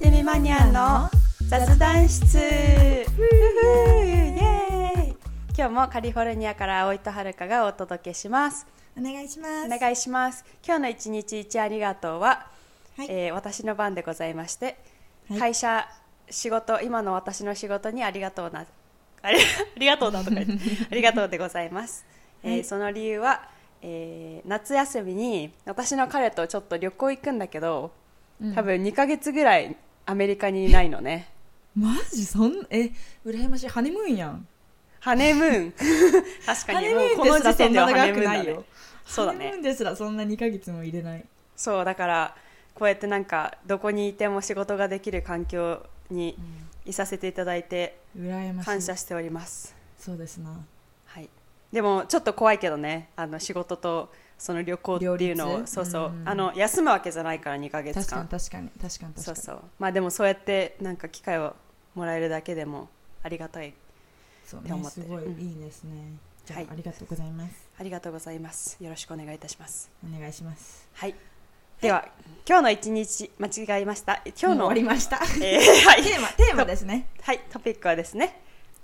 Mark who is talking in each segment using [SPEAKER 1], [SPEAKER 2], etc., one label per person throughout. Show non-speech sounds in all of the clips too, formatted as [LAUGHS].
[SPEAKER 1] ジマニアンの雑談室ふふイエーイ今日もカリフォルニアから葵とはるかがお届けします
[SPEAKER 2] お願いします。
[SPEAKER 1] お願いします今日の一日一ありがとうは、
[SPEAKER 2] はい
[SPEAKER 1] えー私の番でございまして、
[SPEAKER 2] はい
[SPEAKER 1] 会社仕事今の私の仕事にありがとうな [LAUGHS] ありありがとうだとか
[SPEAKER 2] [LAUGHS]
[SPEAKER 1] 言ってありがとうでございます、
[SPEAKER 2] は
[SPEAKER 1] えー
[SPEAKER 2] い
[SPEAKER 1] その理由は、えー夏休みに私の彼とちょっと旅行行くんだけど
[SPEAKER 2] うん
[SPEAKER 1] 多分2ヶ月ぐらいアメリカにいないの
[SPEAKER 2] [LAUGHS]
[SPEAKER 1] ね、
[SPEAKER 2] マジそんえ羨ましいハネムーンやん。
[SPEAKER 1] ハネム
[SPEAKER 2] [LAUGHS]
[SPEAKER 1] ーン確か
[SPEAKER 2] ハ
[SPEAKER 1] に
[SPEAKER 2] ネム
[SPEAKER 1] もう
[SPEAKER 2] ー
[SPEAKER 1] この
[SPEAKER 2] ンですら
[SPEAKER 1] 時
[SPEAKER 2] そん
[SPEAKER 1] 点で
[SPEAKER 2] な
[SPEAKER 1] はハネ
[SPEAKER 2] 長
[SPEAKER 1] ム
[SPEAKER 2] く
[SPEAKER 1] ーン
[SPEAKER 2] な
[SPEAKER 1] だ
[SPEAKER 2] い
[SPEAKER 1] ね
[SPEAKER 2] よ。
[SPEAKER 1] そうだ
[SPEAKER 2] ハネ
[SPEAKER 1] ね
[SPEAKER 2] ムーンです [LAUGHS] らそんな2ヶ月も入れない。
[SPEAKER 1] そうだからこうやってなんかどこにいても仕事ができる環境にいさせていただいて
[SPEAKER 2] 羨ましい。
[SPEAKER 1] 感謝しております、
[SPEAKER 2] そうですな。
[SPEAKER 1] はい、でもちょっと怖いけどねあの仕事とその旅行っていうの
[SPEAKER 2] 両
[SPEAKER 1] を
[SPEAKER 2] 立
[SPEAKER 1] そうそう、
[SPEAKER 2] うん
[SPEAKER 1] あの休むわけじゃないから2ヶ月間
[SPEAKER 2] 確かに確かに確かに確か
[SPEAKER 1] そう
[SPEAKER 2] に。
[SPEAKER 1] そうまあでもそうやってなんか機会をもらえるだけでもありがたい
[SPEAKER 2] そう
[SPEAKER 1] って
[SPEAKER 2] ね
[SPEAKER 1] 思って
[SPEAKER 2] すごい
[SPEAKER 1] うん
[SPEAKER 2] いいですね。じゃあ
[SPEAKER 1] はい
[SPEAKER 2] ありがとうございます。
[SPEAKER 1] ありがとうございますよろしくお願いいたします
[SPEAKER 2] お願いします。
[SPEAKER 1] はい。では、今日の一日間違えました。今日
[SPEAKER 2] もう終
[SPEAKER 1] の、
[SPEAKER 2] わりました。
[SPEAKER 1] えー [LAUGHS] はい、
[SPEAKER 2] [LAUGHS] テーマテーマですね。
[SPEAKER 1] はい、トピックはですね、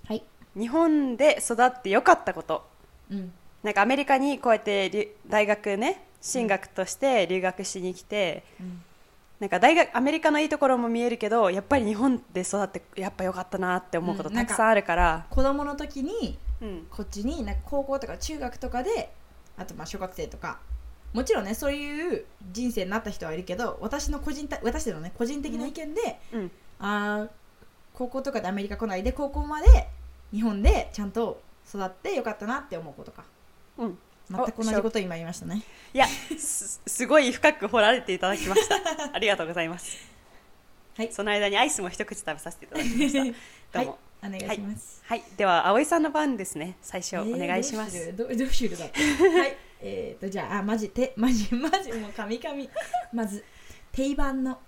[SPEAKER 2] はい。
[SPEAKER 1] 日本で育って良かったこと。
[SPEAKER 2] うん。
[SPEAKER 1] なんかアメリカにこうやって留大学ね、進学として留学しに来て、
[SPEAKER 2] うん
[SPEAKER 1] なんか大学アメリカのいいところも見えるけどやっぱり日本で育ってやっぱ良かったなって思うこと
[SPEAKER 2] うんな
[SPEAKER 1] た
[SPEAKER 2] ん
[SPEAKER 1] く
[SPEAKER 2] か
[SPEAKER 1] さんあるから、
[SPEAKER 2] 子供の時に
[SPEAKER 1] うん
[SPEAKER 2] こっちになんか高校とか中学とかであとまあ小学生とかもちろんねそういう人生になった人はいるけど私の個人た私のね個人的な意見で、
[SPEAKER 1] うん
[SPEAKER 2] あー高校とかでアメリカ来ないで高校まで日本でちゃんと育ってよかったなって思うことか
[SPEAKER 1] うん、
[SPEAKER 2] 全く同じことを今言いましたね
[SPEAKER 1] いやす [LAUGHS] すごい深く掘られていただきま
[SPEAKER 2] [LAUGHS]
[SPEAKER 1] したありがとうございます、
[SPEAKER 2] はい
[SPEAKER 1] その間にアイスも一口食べさせていた
[SPEAKER 2] [LAUGHS]
[SPEAKER 1] だきましたどう
[SPEAKER 2] はい
[SPEAKER 1] も、
[SPEAKER 2] お願いします、
[SPEAKER 1] はい、では葵さんの番ですね。最初お願いします。
[SPEAKER 2] えーどうるど [LAUGHS] うどうしるだってはいえーとじゃああマジて [LAUGHS] マジマジもう
[SPEAKER 1] [LAUGHS]
[SPEAKER 2] カミカミまず定番の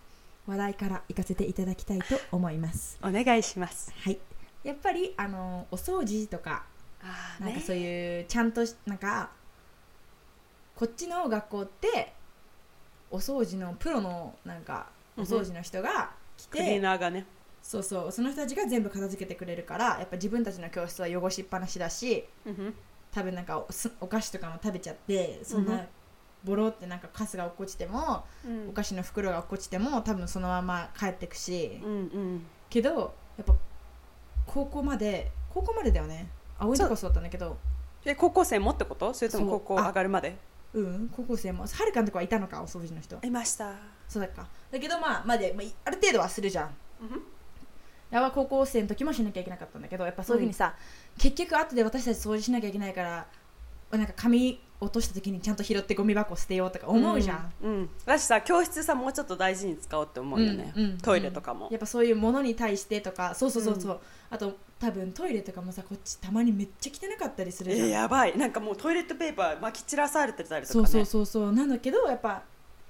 [SPEAKER 2] 話題から行かせていただきたいと思います
[SPEAKER 1] お願いします。
[SPEAKER 2] はい、やっぱりあのお掃除とか
[SPEAKER 1] あー
[SPEAKER 2] なんか
[SPEAKER 1] ね
[SPEAKER 2] そういうちゃんとしなんかこっちの学校ってお掃除のプロのなんかお掃除の人が来
[SPEAKER 1] クリ
[SPEAKER 2] て、
[SPEAKER 1] ーナーがね。
[SPEAKER 2] そうそうその人たちが全部片付けてくれるからやっぱ自分たちの教室は汚しっぱなしだし
[SPEAKER 1] うんうん
[SPEAKER 2] 多分なんかおすお菓子とかも食べちゃってそ
[SPEAKER 1] う
[SPEAKER 2] ん
[SPEAKER 1] んう
[SPEAKER 2] なんボロってなんかカスが落っこちても、お菓子の袋が落っこちても多分そのまま帰ってくし、
[SPEAKER 1] うん
[SPEAKER 2] けどやっぱ高校まで高校までだよね青いとこそうだったんだけど
[SPEAKER 1] え高校生もってこと？それとも
[SPEAKER 2] そ
[SPEAKER 1] 高
[SPEAKER 2] う
[SPEAKER 1] 校上がるまで？
[SPEAKER 2] うん高校生もはるかんとこはいたのかお掃除の人
[SPEAKER 1] いました。
[SPEAKER 2] そうだっかだけどまあまあで、まあ、いある程度はするじゃんやば高校生の時もしなきゃいけなかったんだけどやっぱそういうふうにさ、結局後で私たち掃除しなきゃいけないからなんか紙落とした時にちゃんと拾ってゴミ箱捨てようとか思うじゃん、。
[SPEAKER 1] うん。うん私さ教室さもうちょっと大事に使おうって思うよね
[SPEAKER 2] うんうん。
[SPEAKER 1] トイレとかも
[SPEAKER 2] や。っぱそういうものに対してとかそうそうそうそう、あと多分トイレとかもさこっちたまにめっちゃ汚かったりす
[SPEAKER 1] え
[SPEAKER 2] るじゃん
[SPEAKER 1] ーやばい。なんかもうトイレットペーパーまき散らされてたりとか
[SPEAKER 2] そ
[SPEAKER 1] ね。
[SPEAKER 2] うそうそうそうなんだけどやっぱ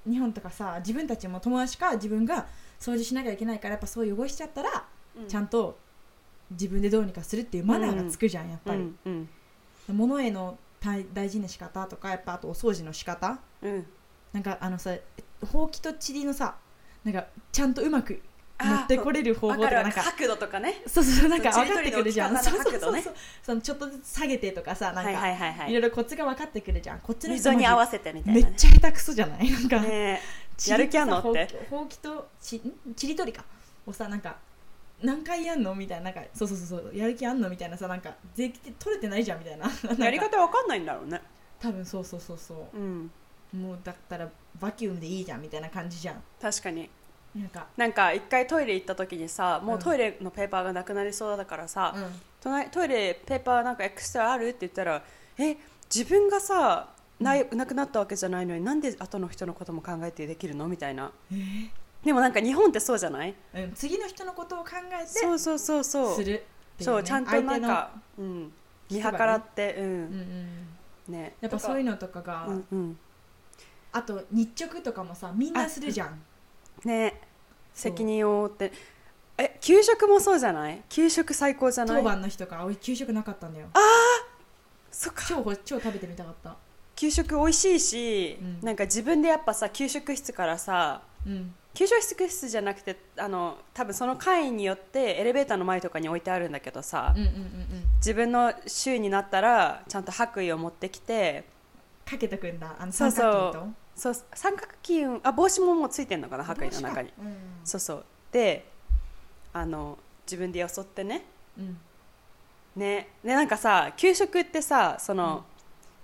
[SPEAKER 2] 日本とかさ自分たちも友達か自分が掃除しなきゃいけないからやっぱそう汚しちゃったら、
[SPEAKER 1] うん
[SPEAKER 2] ちゃんと自分でどうにかするっていうマナーがつくじゃん、やっぱ
[SPEAKER 1] う
[SPEAKER 2] り、
[SPEAKER 1] んうん
[SPEAKER 2] 物への大大事な仕方とかやっぱあとお掃除の仕方
[SPEAKER 1] うん。
[SPEAKER 2] なんかあのさほうきとちりのさなんかちゃんとうまく
[SPEAKER 1] あー
[SPEAKER 2] 持ってこれる方
[SPEAKER 1] わ
[SPEAKER 2] 法
[SPEAKER 1] か
[SPEAKER 2] とか
[SPEAKER 1] るわ
[SPEAKER 2] なん
[SPEAKER 1] かる
[SPEAKER 2] か
[SPEAKER 1] 角度とかね。
[SPEAKER 2] そうそうなんか
[SPEAKER 1] そう
[SPEAKER 2] 分かってくるじゃん
[SPEAKER 1] ち
[SPEAKER 2] そ
[SPEAKER 1] り
[SPEAKER 2] う
[SPEAKER 1] と
[SPEAKER 2] そ
[SPEAKER 1] りの
[SPEAKER 2] う
[SPEAKER 1] 角度
[SPEAKER 2] そう
[SPEAKER 1] ね
[SPEAKER 2] そうそのちょっとずつ下げてとかさなん
[SPEAKER 1] はい
[SPEAKER 2] か、
[SPEAKER 1] はいいはいはい
[SPEAKER 2] ろ
[SPEAKER 1] い。
[SPEAKER 2] いろコツが分かってくるじゃんこっちの人
[SPEAKER 1] 溝に合わ
[SPEAKER 2] せ
[SPEAKER 1] せてみたい
[SPEAKER 2] め
[SPEAKER 1] なね
[SPEAKER 2] っ。ちゃ下手くそじゃないなんか、
[SPEAKER 1] ねやる気あんのって
[SPEAKER 2] ほうきとちんちりとりかをさなんか何回やんのみたいななんかそうそうそうそうやる気あんのみたいなさなんか税金って取れてないじゃんみ
[SPEAKER 1] [LAUGHS]
[SPEAKER 2] たいななんか
[SPEAKER 1] やり方わかんないんだろうね。
[SPEAKER 2] 多分そうそうそうそう
[SPEAKER 1] うん。
[SPEAKER 2] もうだったらバキュームでいいじゃんみたいな感じじゃん
[SPEAKER 1] 確かに。
[SPEAKER 2] なんか
[SPEAKER 1] なんか一回トイレ行った時にさもううんトイレのペーパーがなくなりそうだからさ、
[SPEAKER 2] うん
[SPEAKER 1] 隣トイレペーパーなんかエクストラあるって言ったらえ自分がさないなくなったわけじゃないのになんで後の人のことも考えてできるのみたいなでもなんか日本ってそうじゃない
[SPEAKER 2] うん、次の人のことを考えてする
[SPEAKER 1] そうそうそうそう
[SPEAKER 2] っていうね、
[SPEAKER 1] そうちゃんとなんか、うん、見計らって、う
[SPEAKER 2] 相手の、うん
[SPEAKER 1] ん
[SPEAKER 2] うん、
[SPEAKER 1] ね
[SPEAKER 2] やっぱそういうのとか
[SPEAKER 1] と
[SPEAKER 2] が、
[SPEAKER 1] かうんうん
[SPEAKER 2] あと日直とかもさみんなするじゃん
[SPEAKER 1] ね
[SPEAKER 2] そう
[SPEAKER 1] 責任を負ってえ給食もそうじゃない給食最高じゃな
[SPEAKER 2] 当
[SPEAKER 1] い
[SPEAKER 2] 番の日とか俺給食なかったんだよ
[SPEAKER 1] そっか
[SPEAKER 2] 超超食べてみたかった
[SPEAKER 1] 給食美味しいし、
[SPEAKER 2] うん
[SPEAKER 1] なんか自分でやっぱさ給食室からさ
[SPEAKER 2] うん
[SPEAKER 1] 給食室室じゃなくてあの多分その階によってエレベーターの前とかに置いてあるんだけどさ、
[SPEAKER 2] うんうんうんうん
[SPEAKER 1] 自分の週になったらちゃんと白衣を持ってきて
[SPEAKER 2] かけとくんだあの
[SPEAKER 1] そう
[SPEAKER 2] 三
[SPEAKER 1] そう
[SPEAKER 2] 角巾と
[SPEAKER 1] そう三角巾あ帽子ももうついてんのかな白衣の中に
[SPEAKER 2] 帽子かうん
[SPEAKER 1] そうそうであの自分でよそってね
[SPEAKER 2] うん
[SPEAKER 1] ねねなんかさ給食ってさその、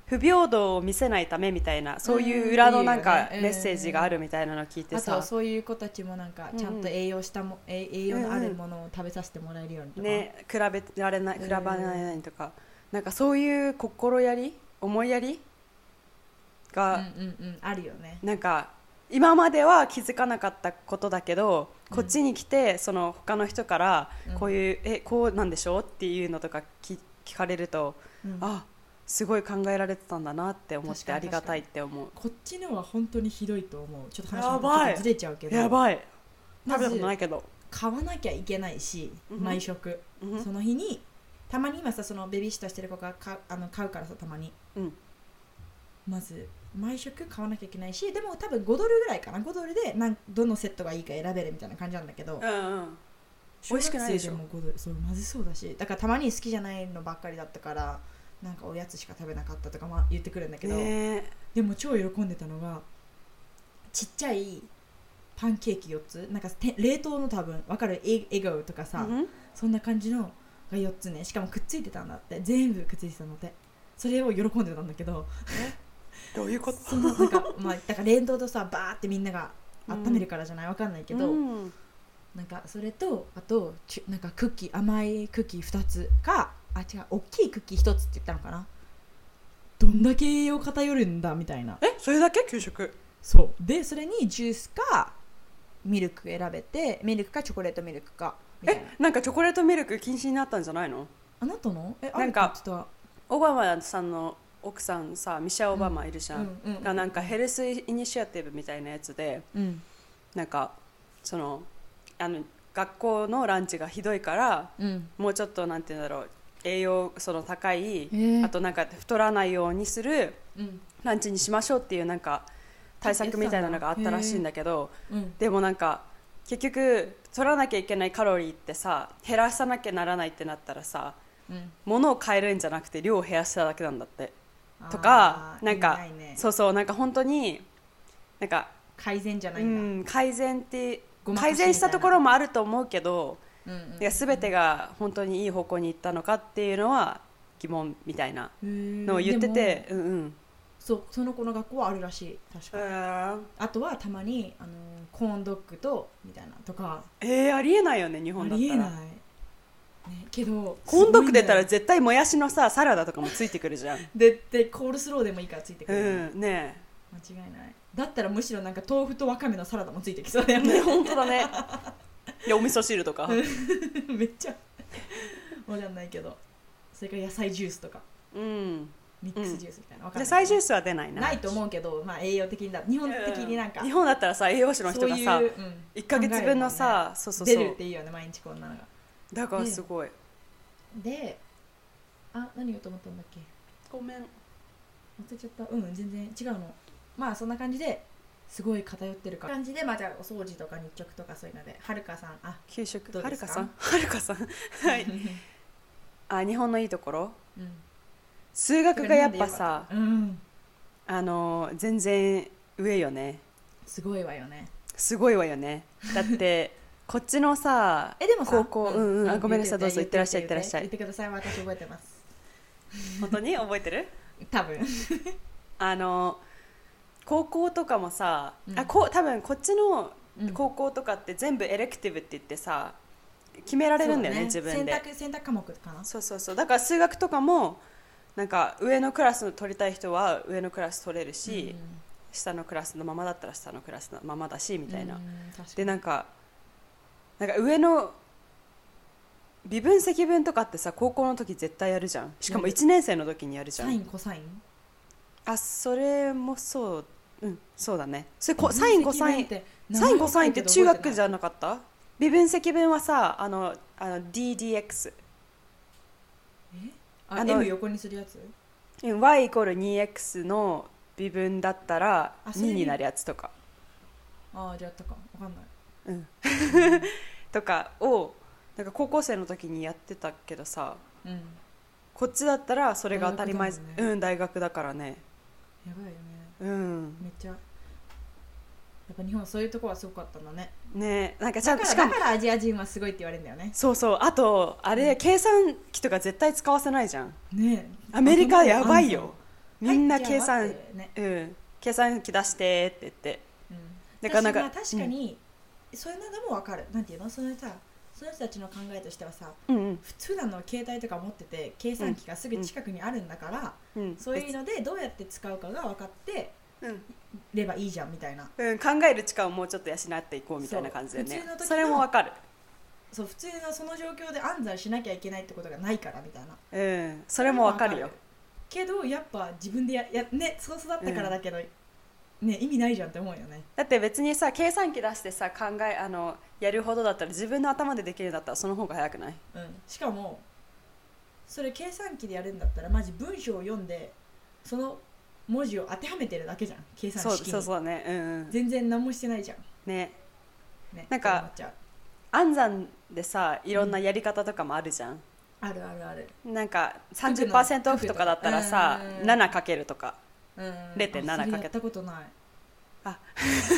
[SPEAKER 1] 不平等を見せないためみたいなそういう裏のなんか
[SPEAKER 2] うんいいよね
[SPEAKER 1] メッセージがあるみたいなの聞いて
[SPEAKER 2] あ
[SPEAKER 1] さ
[SPEAKER 2] と、そういう子たちもなんかちゃんと栄養したも、え栄養のあるものを食べさせてもらえるようにとか、
[SPEAKER 1] ね比べられない
[SPEAKER 2] うん
[SPEAKER 1] 比べられないとか、なんかそういう心やり思いやり
[SPEAKER 2] うん
[SPEAKER 1] が、
[SPEAKER 2] うんうんあるよね
[SPEAKER 1] なんか今までは気づかなかったことだけどこっちに来て、その他の人から
[SPEAKER 2] うん
[SPEAKER 1] こういう、えこうなんでしょうっていうのとか聞聞かれると、
[SPEAKER 2] うん
[SPEAKER 1] あすごい考えられてたんだなって思っ
[SPEAKER 2] 確
[SPEAKER 1] て
[SPEAKER 2] かに
[SPEAKER 1] ありがたいって思う
[SPEAKER 2] こっちのは本当にひどいと思うちょっと話
[SPEAKER 1] や
[SPEAKER 2] も
[SPEAKER 1] ばい
[SPEAKER 2] ちょっとずれちゃうけど
[SPEAKER 1] やばい
[SPEAKER 2] ま
[SPEAKER 1] 食
[SPEAKER 2] ず
[SPEAKER 1] べたことないけど、
[SPEAKER 2] 買わなきゃいけないし
[SPEAKER 1] うん
[SPEAKER 2] 毎食、
[SPEAKER 1] うん
[SPEAKER 2] その日にたまに今さそのベビーシッターしてる子が買うあの買うからさたまに
[SPEAKER 1] うん
[SPEAKER 2] まず毎食買わなきゃいけないしでも多分5ドルぐらいかな5ドルでなんどのセットがいいか選べるみたいな感じなんだけど、
[SPEAKER 1] うんうん美味しくないでしょ
[SPEAKER 2] 小学生も5ドルそうまずそうだしだからたまに好きじゃないのばっかりだったからなんかおやつしか食べなかったとか、まあ、言ってくるんだけど、
[SPEAKER 1] ね
[SPEAKER 2] でも超喜んでたのがちっちゃいパンケーキ4つなんかて冷凍の多分わかるエエゴとかさ、
[SPEAKER 1] うん
[SPEAKER 2] そんな感じのが4つねしかもくっついてたんだって全部くっついてたのってそれを喜んでたんだけど
[SPEAKER 1] どういうこと
[SPEAKER 2] そのなんか [LAUGHS] まあだから冷凍とさバーってみんなが温めるからじゃないわかんないけど、
[SPEAKER 1] うん
[SPEAKER 2] なんかそれとあとちゅなんかクッキー甘いクッキー2つかあ違う大きいクッキー1つって言ったのかなどんだけ栄養偏るんだみたいな
[SPEAKER 1] えそれだけ給食
[SPEAKER 2] そうでそれにジュースかミルク選べてミルクかチョコレートミルクかみたい
[SPEAKER 1] え
[SPEAKER 2] な
[SPEAKER 1] なんかチョコレートミルク禁止になったんじゃないの
[SPEAKER 2] あなたのえ
[SPEAKER 1] なんか
[SPEAKER 2] あたは
[SPEAKER 1] オバマさんの奥さんさミシェル・オバマいるじゃん、
[SPEAKER 2] うんうんうん
[SPEAKER 1] がなんかヘルスイニシアティブみたいなやつで
[SPEAKER 2] うん
[SPEAKER 1] なんかそのあの学校のランチがひどいから
[SPEAKER 2] うん
[SPEAKER 1] もうちょっとなんて言うんだろう栄養その高い、
[SPEAKER 2] ー
[SPEAKER 1] あとなんか太らないようにする
[SPEAKER 2] うん
[SPEAKER 1] ランチにしましょうっていうなんか対策みたいなのがあったらしいんだけど、
[SPEAKER 2] うん
[SPEAKER 1] でもなんか結局取らなきゃいけないカロリーってさ減らさなきゃならないってなったらさ
[SPEAKER 2] うん
[SPEAKER 1] 物を変えるんじゃなくて量を減らしただけなんだってと
[SPEAKER 2] あ
[SPEAKER 1] か
[SPEAKER 2] ー
[SPEAKER 1] なんか
[SPEAKER 2] いいね
[SPEAKER 1] そうそうなんか本当になんか、
[SPEAKER 2] 改善じゃな
[SPEAKER 1] う
[SPEAKER 2] いん
[SPEAKER 1] ん、
[SPEAKER 2] だ
[SPEAKER 1] 改善って
[SPEAKER 2] ごまか
[SPEAKER 1] 改
[SPEAKER 2] しみたいな
[SPEAKER 1] 善したところもあると思うけど、
[SPEAKER 2] うんうん
[SPEAKER 1] いや全てが本当にいい方向に行ったのかっていうのは疑問みたいなのを言って
[SPEAKER 2] へー
[SPEAKER 1] て
[SPEAKER 2] でも
[SPEAKER 1] うんうん
[SPEAKER 2] そうその子の学校はあるらしい確かあとはたまにあのコーンドッグとみたいなとか
[SPEAKER 1] えー、ありえないよね日
[SPEAKER 2] あ
[SPEAKER 1] 本だっ
[SPEAKER 2] り
[SPEAKER 1] た
[SPEAKER 2] えない、
[SPEAKER 1] ら
[SPEAKER 2] ね、けど
[SPEAKER 1] コンドック出たら
[SPEAKER 2] すごいんだよ
[SPEAKER 1] 絶対もやしのさサラダとかもついてくる
[SPEAKER 2] [LAUGHS]
[SPEAKER 1] じゃん
[SPEAKER 2] ででコールスローでもいいからついてく
[SPEAKER 1] う
[SPEAKER 2] る、
[SPEAKER 1] んね
[SPEAKER 2] 間違いないだったらむしろなんか豆腐とわかめのサラダもついてきそうだよ
[SPEAKER 1] えね
[SPEAKER 2] ね
[SPEAKER 1] 本当だ
[SPEAKER 2] [LAUGHS]
[SPEAKER 1] ねいやお味噌汁とか
[SPEAKER 2] めっちゃわかんないけどそれから野菜ジュースとか
[SPEAKER 1] うん
[SPEAKER 2] ミックスジュースみたいなわかん
[SPEAKER 1] 野
[SPEAKER 2] ない
[SPEAKER 1] 菜ジュースは出ないな
[SPEAKER 2] ないと思うけど、まあ、栄養的にだ日本的になんか、
[SPEAKER 1] う日本だったらさ栄養士の人がさ
[SPEAKER 2] そういううん
[SPEAKER 1] 1か月分のさ、そう
[SPEAKER 2] 考
[SPEAKER 1] そう
[SPEAKER 2] える
[SPEAKER 1] そ
[SPEAKER 2] よね出るっ
[SPEAKER 1] う
[SPEAKER 2] ていいよね毎日こんなのが
[SPEAKER 1] だからすごい、
[SPEAKER 2] であ何言おうと思ったんだっけ
[SPEAKER 1] ごめん
[SPEAKER 2] 忘れちゃったうん全然違うのまあそんな感じですごい偏ってるから感じでまあじゃあお掃除とか日直とかそういうのではるかさん [LAUGHS] あ
[SPEAKER 1] 給食
[SPEAKER 2] どう
[SPEAKER 1] はる
[SPEAKER 2] で
[SPEAKER 1] か
[SPEAKER 2] すか
[SPEAKER 1] さんはるか
[SPEAKER 2] [LAUGHS]
[SPEAKER 1] さんはいあ日本のいいところ
[SPEAKER 2] うん
[SPEAKER 1] 数学がやっぱさ
[SPEAKER 2] うん
[SPEAKER 1] あのー全然上よね
[SPEAKER 2] すごいわよね
[SPEAKER 1] すごいわよねだって [LAUGHS] こっちのさ
[SPEAKER 2] えでもさ
[SPEAKER 1] 高校うんうんあごめんなさいどうぞ行ってらっしゃい
[SPEAKER 2] 言
[SPEAKER 1] 行ってらっしゃい
[SPEAKER 2] 言ってください私覚えてます
[SPEAKER 1] 本当に覚えてる
[SPEAKER 2] 多分
[SPEAKER 1] [LAUGHS] あのー高校とかもさ、
[SPEAKER 2] うん
[SPEAKER 1] あこう多分こっちの
[SPEAKER 2] うん
[SPEAKER 1] 高校とかって全部エレクティブって言ってさ決められるんだよね自分で
[SPEAKER 2] 選択選択科目かな
[SPEAKER 1] そうそうそうだから数学とかもなんか上のクラスの取りたい人は上のクラス取れるし、下のクラスのままだったら下のクラスのままだしみ
[SPEAKER 2] み
[SPEAKER 1] たいな、で
[SPEAKER 2] で
[SPEAKER 1] なんかなんか上の微分積分とかってさ高校の時絶対やるじゃんしかも
[SPEAKER 2] やる
[SPEAKER 1] 1年生の時にやるじゃ
[SPEAKER 2] サイ
[SPEAKER 1] ん
[SPEAKER 2] ンコサイン
[SPEAKER 1] あそれもそううんそうだねそれこサインコサイン
[SPEAKER 2] て
[SPEAKER 1] サインコサインって中学じ
[SPEAKER 2] ゃ
[SPEAKER 1] ゃなかった微分積分はさあのあの DDX
[SPEAKER 2] あ
[SPEAKER 1] あの
[SPEAKER 2] M 横にするやつ
[SPEAKER 1] うん y イコール 2x の微分だったら
[SPEAKER 2] あそれ
[SPEAKER 1] 2になるやつとか
[SPEAKER 2] あああじゃあやったかわかんない
[SPEAKER 1] うん、とかをなんか高校生の時にやってたけどさ
[SPEAKER 2] うん
[SPEAKER 1] こっちだったらそれが当たり前
[SPEAKER 2] 大学だもんね
[SPEAKER 1] うん大学だからね
[SPEAKER 2] やばいよね
[SPEAKER 1] うん
[SPEAKER 2] めっちゃやっぱ日本はそういうとこはすごかったんだね
[SPEAKER 1] ねなんかちゃ
[SPEAKER 2] だ
[SPEAKER 1] ん
[SPEAKER 2] か
[SPEAKER 1] と
[SPEAKER 2] ら
[SPEAKER 1] しか
[SPEAKER 2] だ
[SPEAKER 1] も
[SPEAKER 2] からアジア人はすごいって言われるんだよね
[SPEAKER 1] そうそうあとあれ、計算機とか絶対使わせないじゃん
[SPEAKER 2] ねえ
[SPEAKER 1] アメリカやばいよ
[SPEAKER 2] 頭
[SPEAKER 1] み
[SPEAKER 2] に
[SPEAKER 1] んな
[SPEAKER 2] あ
[SPEAKER 1] ん
[SPEAKER 2] の
[SPEAKER 1] 計
[SPEAKER 2] 入
[SPEAKER 1] 算
[SPEAKER 2] っちゃうわってね
[SPEAKER 1] うん計算機出してって言って
[SPEAKER 2] うん、
[SPEAKER 1] だからなんか
[SPEAKER 2] 私は確かに、そういうのでもわかるなんていうのそのさその人たちの考えとしてはさ
[SPEAKER 1] うんうん
[SPEAKER 2] 普通なの携帯とか持ってて計算機がすぐ近くにあるんだから、
[SPEAKER 1] うん
[SPEAKER 2] そういうのでどうやって使うかが分かって
[SPEAKER 1] うん
[SPEAKER 2] ればいいじゃんみたいな
[SPEAKER 1] うん、考える力をもうちょっと養っていこうみたいな感じで
[SPEAKER 2] そう
[SPEAKER 1] ね
[SPEAKER 2] 普通の時の
[SPEAKER 1] それもわかる
[SPEAKER 2] そう普通のその状況で安産しなきゃいけないってことがないからみたいな
[SPEAKER 1] うんそれもわかるよ
[SPEAKER 2] けどやっぱ自分でややねそう育ったからだけど、ね意味ないじゃんって思うよね
[SPEAKER 1] だって別にさ計算機出してさ考えあのやるほどだったら自分の頭でできるんだったらその方が早くない
[SPEAKER 2] うん、しかもそれ計算機でやるんだったらマジ文章を読んでその文字を当てはめてるだけじゃん計算
[SPEAKER 1] そう
[SPEAKER 2] 式に
[SPEAKER 1] そうそうねうん、うん、
[SPEAKER 2] 全然何もしてないじゃん、
[SPEAKER 1] ね
[SPEAKER 2] ね、
[SPEAKER 1] なんか
[SPEAKER 2] って思っちゃう
[SPEAKER 1] 暗算でさいろんなやり方とかもあるじゃん、
[SPEAKER 2] あるあるある
[SPEAKER 1] なんか
[SPEAKER 2] 角の角
[SPEAKER 1] 30%
[SPEAKER 2] 度
[SPEAKER 1] オフとかだったらさ
[SPEAKER 2] うん
[SPEAKER 1] 7× とか
[SPEAKER 2] うん
[SPEAKER 1] 0.7
[SPEAKER 2] あそれ
[SPEAKER 1] かけ
[SPEAKER 2] やったことない
[SPEAKER 1] あ
[SPEAKER 2] [LAUGHS]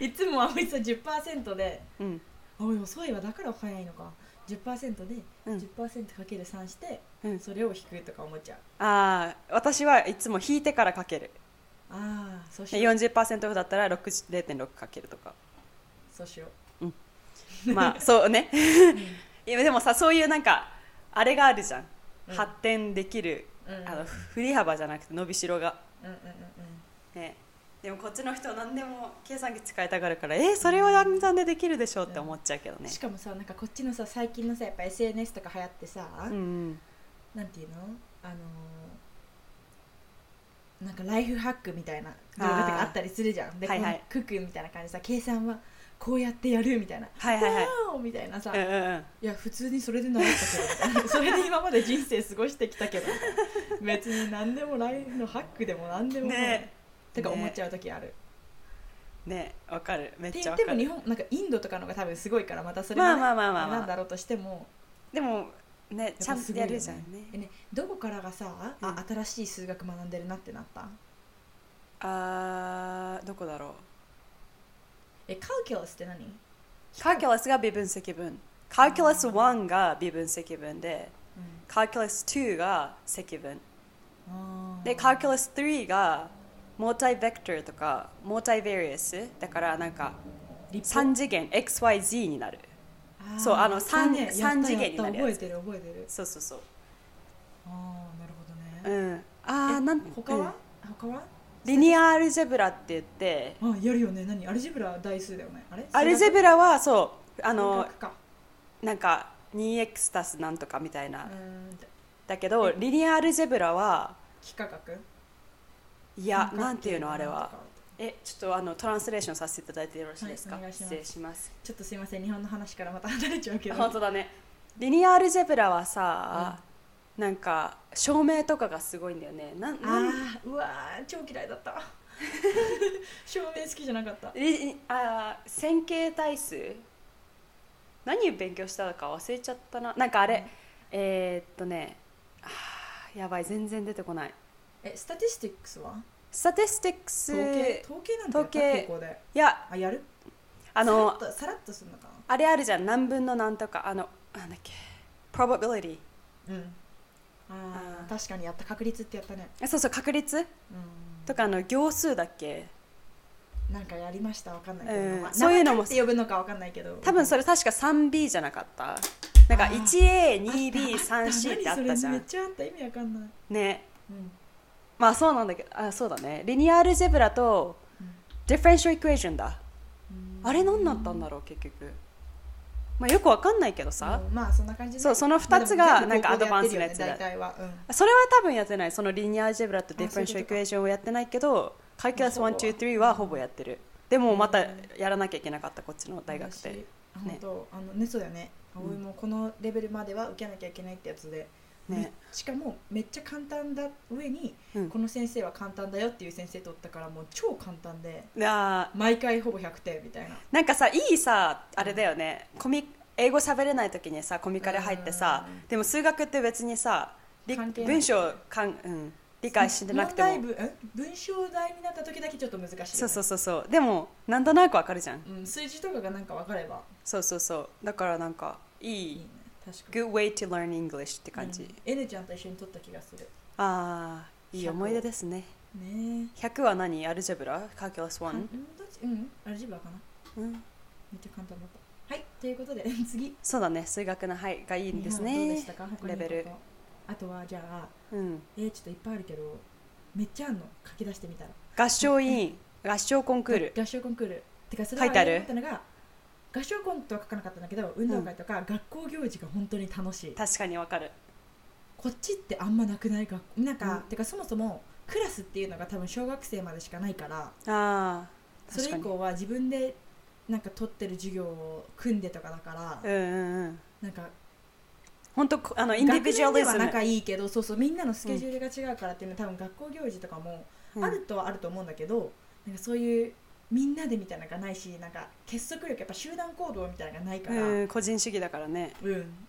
[SPEAKER 2] いつも葵さん10%で
[SPEAKER 1] うん
[SPEAKER 2] あ俺遅いわだから早いのか10%で
[SPEAKER 1] うん、
[SPEAKER 2] 10%かける3して
[SPEAKER 1] うん、
[SPEAKER 2] それを引くとか思っちゃう
[SPEAKER 1] ああ私はいつも引いてからかける
[SPEAKER 2] ああそうし
[SPEAKER 1] で
[SPEAKER 2] よう
[SPEAKER 1] 40%オフだったら6 0.6かけると
[SPEAKER 2] [LAUGHS]
[SPEAKER 1] か
[SPEAKER 2] そうしよう
[SPEAKER 1] まあそうね
[SPEAKER 2] うん
[SPEAKER 1] いやでもさそういうなんかあれがあるじゃん、
[SPEAKER 2] うん
[SPEAKER 1] 発展できる
[SPEAKER 2] うん
[SPEAKER 1] あの振り幅じゃなくて伸びしろが、
[SPEAKER 2] うんうんうんうん
[SPEAKER 1] ね、でもこっちの人は何でも計算機使いたがるからえーそれは暗算でできるでしょうって思っちゃうけどね
[SPEAKER 2] し、かもさなんかこっちのさ最近のさやっぱ SNS とか流行ってさ、
[SPEAKER 1] うんうん、
[SPEAKER 2] なんていうのあのーなんかライフハックみたいな動画とかあったりするじゃんで、
[SPEAKER 1] はいはい
[SPEAKER 2] こうクックみたいな感じでさ計算はこうやってやるみたいな
[SPEAKER 1] はいはいはい
[SPEAKER 2] わーおみたいなさ、
[SPEAKER 1] うん
[SPEAKER 2] い
[SPEAKER 1] うんうん
[SPEAKER 2] や普通にそれで習ったけどみたい [LAUGHS] なそれで今まで人生過ごしてきたけど別に何でもライフのハックでも何でもない、
[SPEAKER 1] ね
[SPEAKER 2] とか思っちゃう時ある、
[SPEAKER 1] ねわかるめっ
[SPEAKER 2] って
[SPEAKER 1] ち
[SPEAKER 2] 言
[SPEAKER 1] ゃわ
[SPEAKER 2] って
[SPEAKER 1] か
[SPEAKER 2] も日
[SPEAKER 1] る
[SPEAKER 2] 本なんかインドとかの方が多分すごいからまたそれ
[SPEAKER 1] ま
[SPEAKER 2] が
[SPEAKER 1] あ
[SPEAKER 2] ね
[SPEAKER 1] まあまあまあ
[SPEAKER 2] なん
[SPEAKER 1] ま
[SPEAKER 2] だ
[SPEAKER 1] あ
[SPEAKER 2] ろうとしても
[SPEAKER 1] でもねちゃんとやるじゃんね
[SPEAKER 2] えねどこからがさ、
[SPEAKER 1] う
[SPEAKER 2] あ
[SPEAKER 1] ん
[SPEAKER 2] 新しい数学学んでるなってなった
[SPEAKER 1] あーどこだろ
[SPEAKER 2] えカルキュラスって何
[SPEAKER 1] うカーキュラスが微分積分カーキュラス1が微分積分でカーキュラス2が積分
[SPEAKER 2] あー
[SPEAKER 1] で、カーキュラス3が、モータイベクターとか、モータイベリアス、だからなんか、
[SPEAKER 2] 立方
[SPEAKER 1] 3次元、XYZ になる。
[SPEAKER 2] ー
[SPEAKER 1] そうあの
[SPEAKER 2] やった
[SPEAKER 1] 三
[SPEAKER 2] ねやった
[SPEAKER 1] 三次元になるやつ
[SPEAKER 2] やった覚えてる覚えてる
[SPEAKER 1] そうそうそう。
[SPEAKER 2] ああなるほ
[SPEAKER 1] う
[SPEAKER 2] どね、
[SPEAKER 1] ん。ああ、
[SPEAKER 2] え
[SPEAKER 1] なん
[SPEAKER 2] 他は、
[SPEAKER 1] うん
[SPEAKER 2] 他は
[SPEAKER 1] リニアアルジェブラって言って、
[SPEAKER 2] あやるよね何アルジェブラ大数だよねあれ
[SPEAKER 1] アルジェブラはそう、あ
[SPEAKER 2] あ
[SPEAKER 1] の、
[SPEAKER 2] か
[SPEAKER 1] なんか、2x 足すなんとかみたいうな。
[SPEAKER 2] ーんじゃ
[SPEAKER 1] だけど、リニアアルジェブラは、
[SPEAKER 2] 幾何学
[SPEAKER 1] い
[SPEAKER 2] い
[SPEAKER 1] や、なんていうのあれは。え、ちょっとあの、トランスレーションさせていただいてよろしいですか、
[SPEAKER 2] はいお願いします
[SPEAKER 1] 失礼します。
[SPEAKER 2] ちょっとすいません日本の話からまた離れちゃうけど
[SPEAKER 1] 本当だねリニアアルジェブラはさ、なんか照明とかがすごいんだよねなんなん
[SPEAKER 2] あーうわー超嫌いだった [LAUGHS] 照明好きじゃなかった
[SPEAKER 1] リあー線形対数何を勉強したのか忘れちゃったななんかあれ、えーっとねあーやばい全然出てこない
[SPEAKER 2] えスタティスティックスは
[SPEAKER 1] スタティスティックス
[SPEAKER 2] 統計統計なんてやっ
[SPEAKER 1] 統
[SPEAKER 2] た
[SPEAKER 1] 計
[SPEAKER 2] 高校で
[SPEAKER 1] いや
[SPEAKER 2] あやる
[SPEAKER 1] あの
[SPEAKER 2] さらっとさらっとするのか
[SPEAKER 1] あれあるじゃん何分の何とかあのなんだっけ probability
[SPEAKER 2] なうんあ
[SPEAKER 1] あー
[SPEAKER 2] あ確かにやった確率ってやったね
[SPEAKER 1] えそうそう確率
[SPEAKER 2] うん
[SPEAKER 1] とかあの行数だっけ
[SPEAKER 2] なんかやりましたわかんないけど、
[SPEAKER 1] うん
[SPEAKER 2] まあ
[SPEAKER 1] そういうのも
[SPEAKER 2] 名前なんて呼ぶのかわかんないけど
[SPEAKER 1] 多分そ
[SPEAKER 2] れ
[SPEAKER 1] れ確か 3B じゃなかったなんか
[SPEAKER 2] あー
[SPEAKER 1] 1A2B3C ってあったじゃ
[SPEAKER 2] めっ
[SPEAKER 1] ん
[SPEAKER 2] ちゃあった意味わかんない
[SPEAKER 1] ね
[SPEAKER 2] うん
[SPEAKER 1] まあそうなんだけどあそうだねリニアアルジェブラと
[SPEAKER 2] うん
[SPEAKER 1] ディフェンシャルイクエーションだ
[SPEAKER 2] うん
[SPEAKER 1] あれ何だったんだろう結局まあよくわかんないけどさ
[SPEAKER 2] うんまあそんな感じね
[SPEAKER 1] そうその二つが
[SPEAKER 2] まあでも
[SPEAKER 1] なんかアドバンスのやつだ
[SPEAKER 2] 全部高校でやってるよね大体はうん
[SPEAKER 1] それは多分やってないそのリニアアルジェブラとディフェンシャルイクエーションをやってないけどカルキュラス
[SPEAKER 2] まあそう
[SPEAKER 1] 123はほぼやってるでもまた
[SPEAKER 2] うん
[SPEAKER 1] やらなきゃいけなかったこっちの大学
[SPEAKER 2] 私
[SPEAKER 1] で
[SPEAKER 2] あ本当、あのねそうだよね
[SPEAKER 1] うん
[SPEAKER 2] 葵もこのレベルまでは受けなきゃいけないってやつで
[SPEAKER 1] ね
[SPEAKER 2] しかもめっちゃ簡単だ上に、
[SPEAKER 1] うん
[SPEAKER 2] この先生は簡単だよっていう先生とおったからもう超簡単で
[SPEAKER 1] あー
[SPEAKER 2] 毎回ほぼ100点みたいな
[SPEAKER 1] なんかさいいさあれだよねコミ英語喋れない時にさコミカル入ってさ
[SPEAKER 2] うん
[SPEAKER 1] でも数学って別にさ理
[SPEAKER 2] 関係ない
[SPEAKER 1] 文章かん、うん、理解してなくて
[SPEAKER 2] 問
[SPEAKER 1] も
[SPEAKER 2] 題文ん文章題になった時だけちょっと難しいよね、
[SPEAKER 1] そうそうそうそうでもなんとなくわかるじゃん
[SPEAKER 2] うん、数字とかがなんか分かれば
[SPEAKER 1] そうそうそうだからなんかい
[SPEAKER 2] いい
[SPEAKER 1] い
[SPEAKER 2] ね確かに
[SPEAKER 1] Good way to learn English って感じ、
[SPEAKER 2] うん、N ちゃんと一緒に撮った気がする
[SPEAKER 1] ああいい
[SPEAKER 2] 100
[SPEAKER 1] 思い出ですね
[SPEAKER 2] ね
[SPEAKER 1] 100は何アルジェブラカーキュラス
[SPEAKER 2] え、
[SPEAKER 1] 1、
[SPEAKER 2] どっちうんアルジブラかな
[SPEAKER 1] うん、
[SPEAKER 2] めっちゃ簡単だったはいということで [LAUGHS] 次
[SPEAKER 1] そうだね数学の「はい」がいいんです
[SPEAKER 2] 日本は
[SPEAKER 1] ね
[SPEAKER 2] どうでしたか他に
[SPEAKER 1] レベル
[SPEAKER 2] ことあとはじゃあ
[SPEAKER 1] うん、
[SPEAKER 2] えー、ちょっといっぱいあるけどめっちゃあんの書き出してみたら
[SPEAKER 1] 合唱委員合唱コンクール
[SPEAKER 2] 合唱コンクールてかそれ
[SPEAKER 1] 書いてある
[SPEAKER 2] れ思ったのが合唱コンとは書かなかったんだけど運動会とか学校行事が本当に楽しい、
[SPEAKER 1] 確かにわかる
[SPEAKER 2] こっちってあんまなくない学なんか、
[SPEAKER 1] うん
[SPEAKER 2] てかそもそもクラスっていうのが多分小学生までしかないから
[SPEAKER 1] ああ
[SPEAKER 2] そ
[SPEAKER 1] 確
[SPEAKER 2] れ
[SPEAKER 1] か
[SPEAKER 2] 以
[SPEAKER 1] に
[SPEAKER 2] 降は自分でなんか取ってる授業を組んでとかだから、
[SPEAKER 1] うんうんうん
[SPEAKER 2] なんか
[SPEAKER 1] 本当こあのイ
[SPEAKER 2] 学
[SPEAKER 1] ン
[SPEAKER 2] 年
[SPEAKER 1] ディビジュア
[SPEAKER 2] で
[SPEAKER 1] リズ
[SPEAKER 2] は
[SPEAKER 1] ム
[SPEAKER 2] 仲いいけどそうそうみんなのスケジュールが違うからっていうのは多分学校行事とかも
[SPEAKER 1] うん
[SPEAKER 2] あるとはあると思うんだけど、なんかそういうみんなでみたいなのがないしなんか結束力やっぱ集団行動みたいなのがないから、うん
[SPEAKER 1] うん個人主義だからね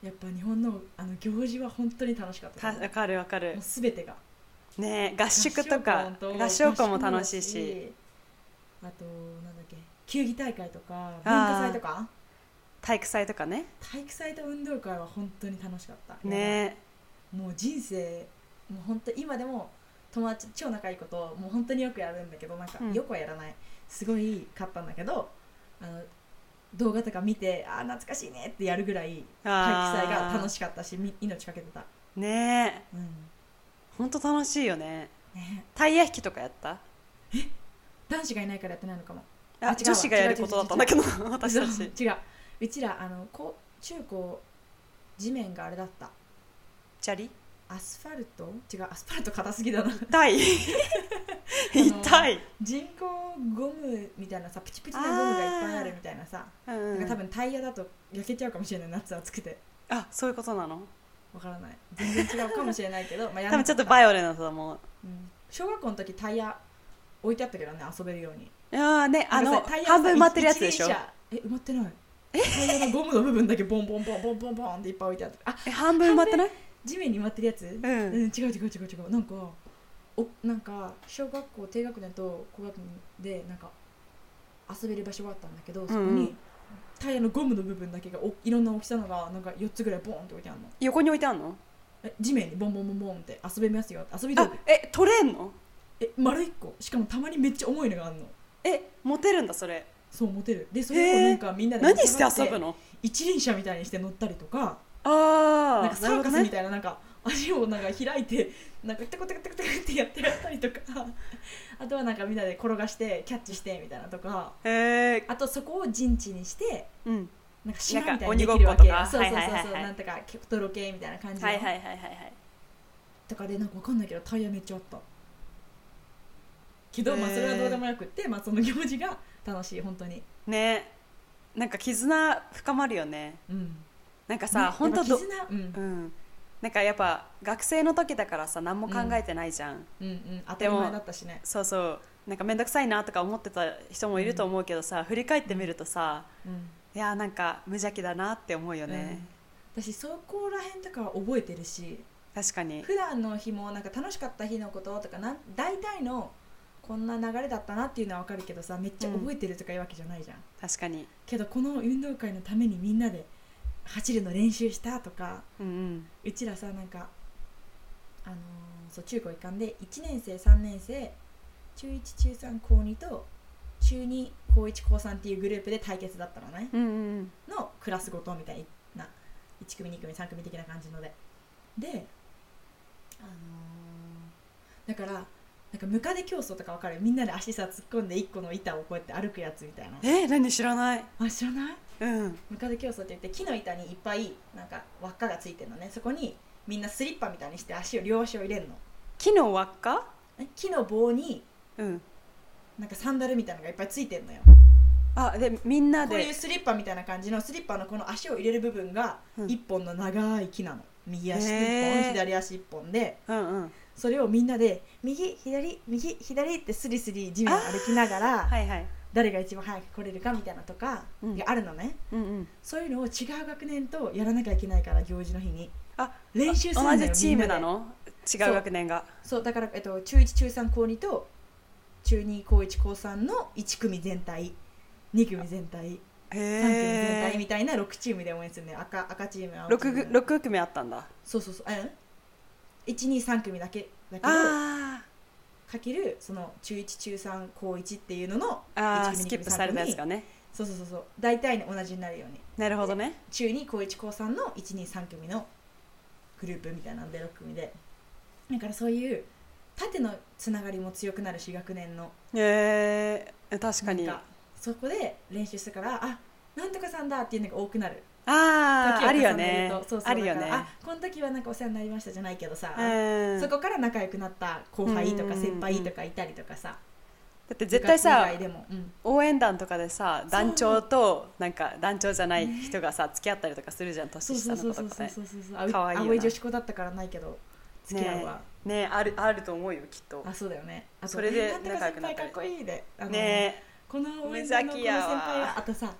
[SPEAKER 2] やっぱ日本のあの行事は本当に楽しかった
[SPEAKER 1] た
[SPEAKER 2] と思う
[SPEAKER 1] わかるわかる
[SPEAKER 2] もう全てが
[SPEAKER 1] ね合宿とか合
[SPEAKER 2] 合
[SPEAKER 1] 唱
[SPEAKER 2] 唱
[SPEAKER 1] 校
[SPEAKER 2] 校
[SPEAKER 1] も
[SPEAKER 2] も
[SPEAKER 1] 楽しいし
[SPEAKER 2] あとなんだっけ球技大会とか
[SPEAKER 1] あー
[SPEAKER 2] 文化祭とか
[SPEAKER 1] 体育祭とかね
[SPEAKER 2] 体育祭と運動会は本当に楽しかった
[SPEAKER 1] ね
[SPEAKER 2] もう人生もう本当今でも友達超仲いいことをもう本当によくやるんだけどなんか
[SPEAKER 1] うん
[SPEAKER 2] よくはやらない、すごいかったんだけどあの動画とか見てあー懐かしいねってやるぐらい体
[SPEAKER 1] あー
[SPEAKER 2] 育祭が楽しかったしみ命かけてた、
[SPEAKER 1] ね
[SPEAKER 2] うん
[SPEAKER 1] 本当楽しいよね
[SPEAKER 2] ね、
[SPEAKER 1] タイヤ引きとかやった
[SPEAKER 2] 男子がいないからやってないのかもあ
[SPEAKER 1] あ
[SPEAKER 2] 違うわ
[SPEAKER 1] 女子がやることだったんだけど私たち
[SPEAKER 2] [LAUGHS] 違ううちらあのこう中高地面があれだった
[SPEAKER 1] チャリ
[SPEAKER 2] アスファルト違うアスファルト硬すぎだな
[SPEAKER 1] 痛 [LAUGHS] い痛い
[SPEAKER 2] 人工ゴムみたいなさプチプチなゴムがいっぱいあるみたいなさ
[SPEAKER 1] うん
[SPEAKER 2] なん
[SPEAKER 1] う
[SPEAKER 2] か多
[SPEAKER 1] ん
[SPEAKER 2] 分タイヤだと焼けちゃうかもしれない夏暑くて
[SPEAKER 1] あそういうことなの
[SPEAKER 2] わからない全然違うかもしれない
[SPEAKER 1] [LAUGHS]
[SPEAKER 2] けどまあや
[SPEAKER 1] 多
[SPEAKER 2] ら
[SPEAKER 1] 分
[SPEAKER 2] な
[SPEAKER 1] ち
[SPEAKER 2] か
[SPEAKER 1] ょっと
[SPEAKER 2] た
[SPEAKER 1] バイオレントだと思う
[SPEAKER 2] うん小学校の時タイヤ置いてあったけどね遊べるように
[SPEAKER 1] ああねあ
[SPEAKER 2] な
[SPEAKER 1] の
[SPEAKER 2] んかさタイヤがさ
[SPEAKER 1] 半分埋まってるやつでしょ
[SPEAKER 2] 一輪車え埋まってないタイヤのゴムの部分だけボンボンボンボンボンボンっていっぱい置いてあったあ
[SPEAKER 1] え半分埋まってない
[SPEAKER 2] 地面に埋まってるやつ
[SPEAKER 1] う
[SPEAKER 2] うん
[SPEAKER 1] ん
[SPEAKER 2] 違う違う違う違うなんかおなんか小学校低学年と高学年でなんか遊べる場所があったんだけどそこ
[SPEAKER 1] うんう
[SPEAKER 2] に
[SPEAKER 1] ん
[SPEAKER 2] タイヤのゴムの部分だけがおいろんな大きさのがなんか4つぐらいボーンって置いてあるの
[SPEAKER 1] 横に置いてあんの
[SPEAKER 2] え地面にボンボンボンボンって遊べますよ遊び道
[SPEAKER 1] あ
[SPEAKER 2] 具
[SPEAKER 1] え取れんの
[SPEAKER 2] え丸1個しかもたまにめっちゃ重いのがあるの
[SPEAKER 1] えモテるんだそれ
[SPEAKER 2] そう持てるでそれをなんかみんなで
[SPEAKER 1] 何して遊ぶの
[SPEAKER 2] 一輪車みたいにして乗ったりとか
[SPEAKER 1] ああ
[SPEAKER 2] なんかサーカスみ
[SPEAKER 1] ね
[SPEAKER 2] たいななんか足をなんか開いてなんかテコテコテコテコってやってやったりとかあとはなんかみんなで転がしてキャッチしてみたいなとか
[SPEAKER 1] え
[SPEAKER 2] あとそこを陣地にして
[SPEAKER 1] ー、うん
[SPEAKER 2] なんか島
[SPEAKER 1] なんか
[SPEAKER 2] みたいにでき
[SPEAKER 1] 鬼
[SPEAKER 2] る
[SPEAKER 1] ご
[SPEAKER 2] わ
[SPEAKER 1] っこと
[SPEAKER 2] け
[SPEAKER 1] か
[SPEAKER 2] そうそうそうそ
[SPEAKER 1] は
[SPEAKER 2] う、
[SPEAKER 1] いはいはいはい
[SPEAKER 2] なんとかキャプトロ系みたいな感じの、
[SPEAKER 1] はいはいはいはいはい
[SPEAKER 2] とかでなんかわかんないけどタイヤめっちゃあったけど、まあ、
[SPEAKER 1] へー
[SPEAKER 2] それはどうでもよくって、まあ、その行事が楽しい本当に
[SPEAKER 1] ねなんか絆深まるよね
[SPEAKER 2] うん
[SPEAKER 1] なんかさ、
[SPEAKER 2] ね
[SPEAKER 1] ほんと
[SPEAKER 2] やっぱ
[SPEAKER 1] ど
[SPEAKER 2] 絆、うん
[SPEAKER 1] う、んなんかやっぱ学生の時だからさ何も考えてないじゃん、
[SPEAKER 2] うんうん当たり前だったしね
[SPEAKER 1] そうそうなんか面倒くさいなとか思ってた人もいると思うけどさ、振り返ってみるとさ
[SPEAKER 2] うん
[SPEAKER 1] いやーなんか無邪気だなって思うよね、
[SPEAKER 2] うん私そこら辺とかは覚えてるし
[SPEAKER 1] 確かに
[SPEAKER 2] 普段の日もなんか楽しかった日のこととかなん大体のこんな流れだったなっていうのは分かるけどさめっちゃ覚えてるとかいうわけじゃないじゃん、
[SPEAKER 1] 確かに
[SPEAKER 2] けどこの運動会のためにみんなで走るの練習したとか
[SPEAKER 1] うんうん
[SPEAKER 2] うちらさなんか、あのーそう中高一貫で1年生3年生中1中3高2と中2高1高3っていうグループで対決だったのね、
[SPEAKER 1] うんうん
[SPEAKER 2] のクラスごとみたいな1組2組3組的な感じのでで、あのーだからなんかムカデ競争とかわかるみんなで足さ突っ込んで1個の板をこうやって歩くやつみたいな
[SPEAKER 1] え何知らない
[SPEAKER 2] あ知らない
[SPEAKER 1] うん
[SPEAKER 2] ムカデ競争って言って木の板にいっぱいなんか輪っかがついてるのねそこにみんなスリッパみたいにして足を両足を入れるの
[SPEAKER 1] 木の輪っか
[SPEAKER 2] え木の棒に
[SPEAKER 1] うん
[SPEAKER 2] なんかサンダルみたいなのがいっぱいついてるのよ
[SPEAKER 1] あでみんな
[SPEAKER 2] こう
[SPEAKER 1] で
[SPEAKER 2] いうスリッパみたいな感じのスリッパのこの足を入れる部分が
[SPEAKER 1] うん
[SPEAKER 2] 1本の長い木なの、右足1
[SPEAKER 1] へ
[SPEAKER 2] 本
[SPEAKER 1] ー
[SPEAKER 2] 左足1本で
[SPEAKER 1] うんうん
[SPEAKER 2] それをみんなで右左右左ってスリスリ地面を歩きながら、
[SPEAKER 1] はいはい
[SPEAKER 2] 誰が一番早く来れるかみたいなとか
[SPEAKER 1] うん
[SPEAKER 2] があるのね、
[SPEAKER 1] うんうん
[SPEAKER 2] そういうのを違う学年とやらなきゃいけないから行事の日に
[SPEAKER 1] あ
[SPEAKER 2] 練習するんだ
[SPEAKER 1] 同
[SPEAKER 2] よ
[SPEAKER 1] じチームな
[SPEAKER 2] みんで
[SPEAKER 1] の違
[SPEAKER 2] で
[SPEAKER 1] う学年が
[SPEAKER 2] そうだから、えっと、中1中3高2と中2高1高3の1組全体2組全体
[SPEAKER 1] へ
[SPEAKER 2] 3組全
[SPEAKER 1] え
[SPEAKER 2] 体みたいな6チームで応援するね赤赤チーム青チーム
[SPEAKER 1] 6, 六組あったんだ
[SPEAKER 2] そうそうそううん123組だけだけど
[SPEAKER 1] あ
[SPEAKER 2] かけるその中1中3高1っていうのの
[SPEAKER 1] ーあー
[SPEAKER 2] 一組
[SPEAKER 1] スキップされたやつがね
[SPEAKER 2] そうそうそうそう大体ね同じになるように
[SPEAKER 1] なるほどね
[SPEAKER 2] 中2高1高3の123組のグループみたいなんで6組でだからそういう縦のつながりも強くなるし学年の
[SPEAKER 1] へえ確かに
[SPEAKER 2] なんかそこで練習するからあなんとかさんだっていうのが多くなる
[SPEAKER 1] あ
[SPEAKER 2] 時
[SPEAKER 1] あ
[SPEAKER 2] を
[SPEAKER 1] あるよ
[SPEAKER 2] 重ね
[SPEAKER 1] ね
[SPEAKER 2] とそうそう
[SPEAKER 1] あるよ
[SPEAKER 2] だ
[SPEAKER 1] ね
[SPEAKER 2] からあこの時はなんかお世話になりましたじゃないけどさ、
[SPEAKER 1] うん
[SPEAKER 2] そこから仲良くなった後輩と
[SPEAKER 1] うんうん
[SPEAKER 2] か
[SPEAKER 1] うん
[SPEAKER 2] 先輩とかいたりとかさ、
[SPEAKER 1] だって絶対さ
[SPEAKER 2] 部活以外でも、うん
[SPEAKER 1] 応援団とかでさ
[SPEAKER 2] う
[SPEAKER 1] 団長となんか団長じゃない人がさ付き合ったりとかするじゃん
[SPEAKER 2] そう
[SPEAKER 1] 年
[SPEAKER 2] そ
[SPEAKER 1] 下
[SPEAKER 2] うそ
[SPEAKER 1] の
[SPEAKER 2] う
[SPEAKER 1] 子
[SPEAKER 2] そ
[SPEAKER 1] と
[SPEAKER 2] う
[SPEAKER 1] か
[SPEAKER 2] そう
[SPEAKER 1] ね
[SPEAKER 2] そうそう
[SPEAKER 1] 可愛いよな
[SPEAKER 2] 青い女子校だったからないけど付き合うわ、
[SPEAKER 1] ねえねえあるあると思うよきっと
[SPEAKER 2] あそうだよねあと
[SPEAKER 1] それで
[SPEAKER 2] えなんとか
[SPEAKER 1] 仲良く
[SPEAKER 2] 先
[SPEAKER 1] なっ
[SPEAKER 2] 輩
[SPEAKER 1] た
[SPEAKER 2] かっ
[SPEAKER 1] り
[SPEAKER 2] こいいであの
[SPEAKER 1] ねえ
[SPEAKER 2] この応援団のこの
[SPEAKER 1] 無邪気
[SPEAKER 2] 先
[SPEAKER 1] やわ
[SPEAKER 2] 輩はあとさ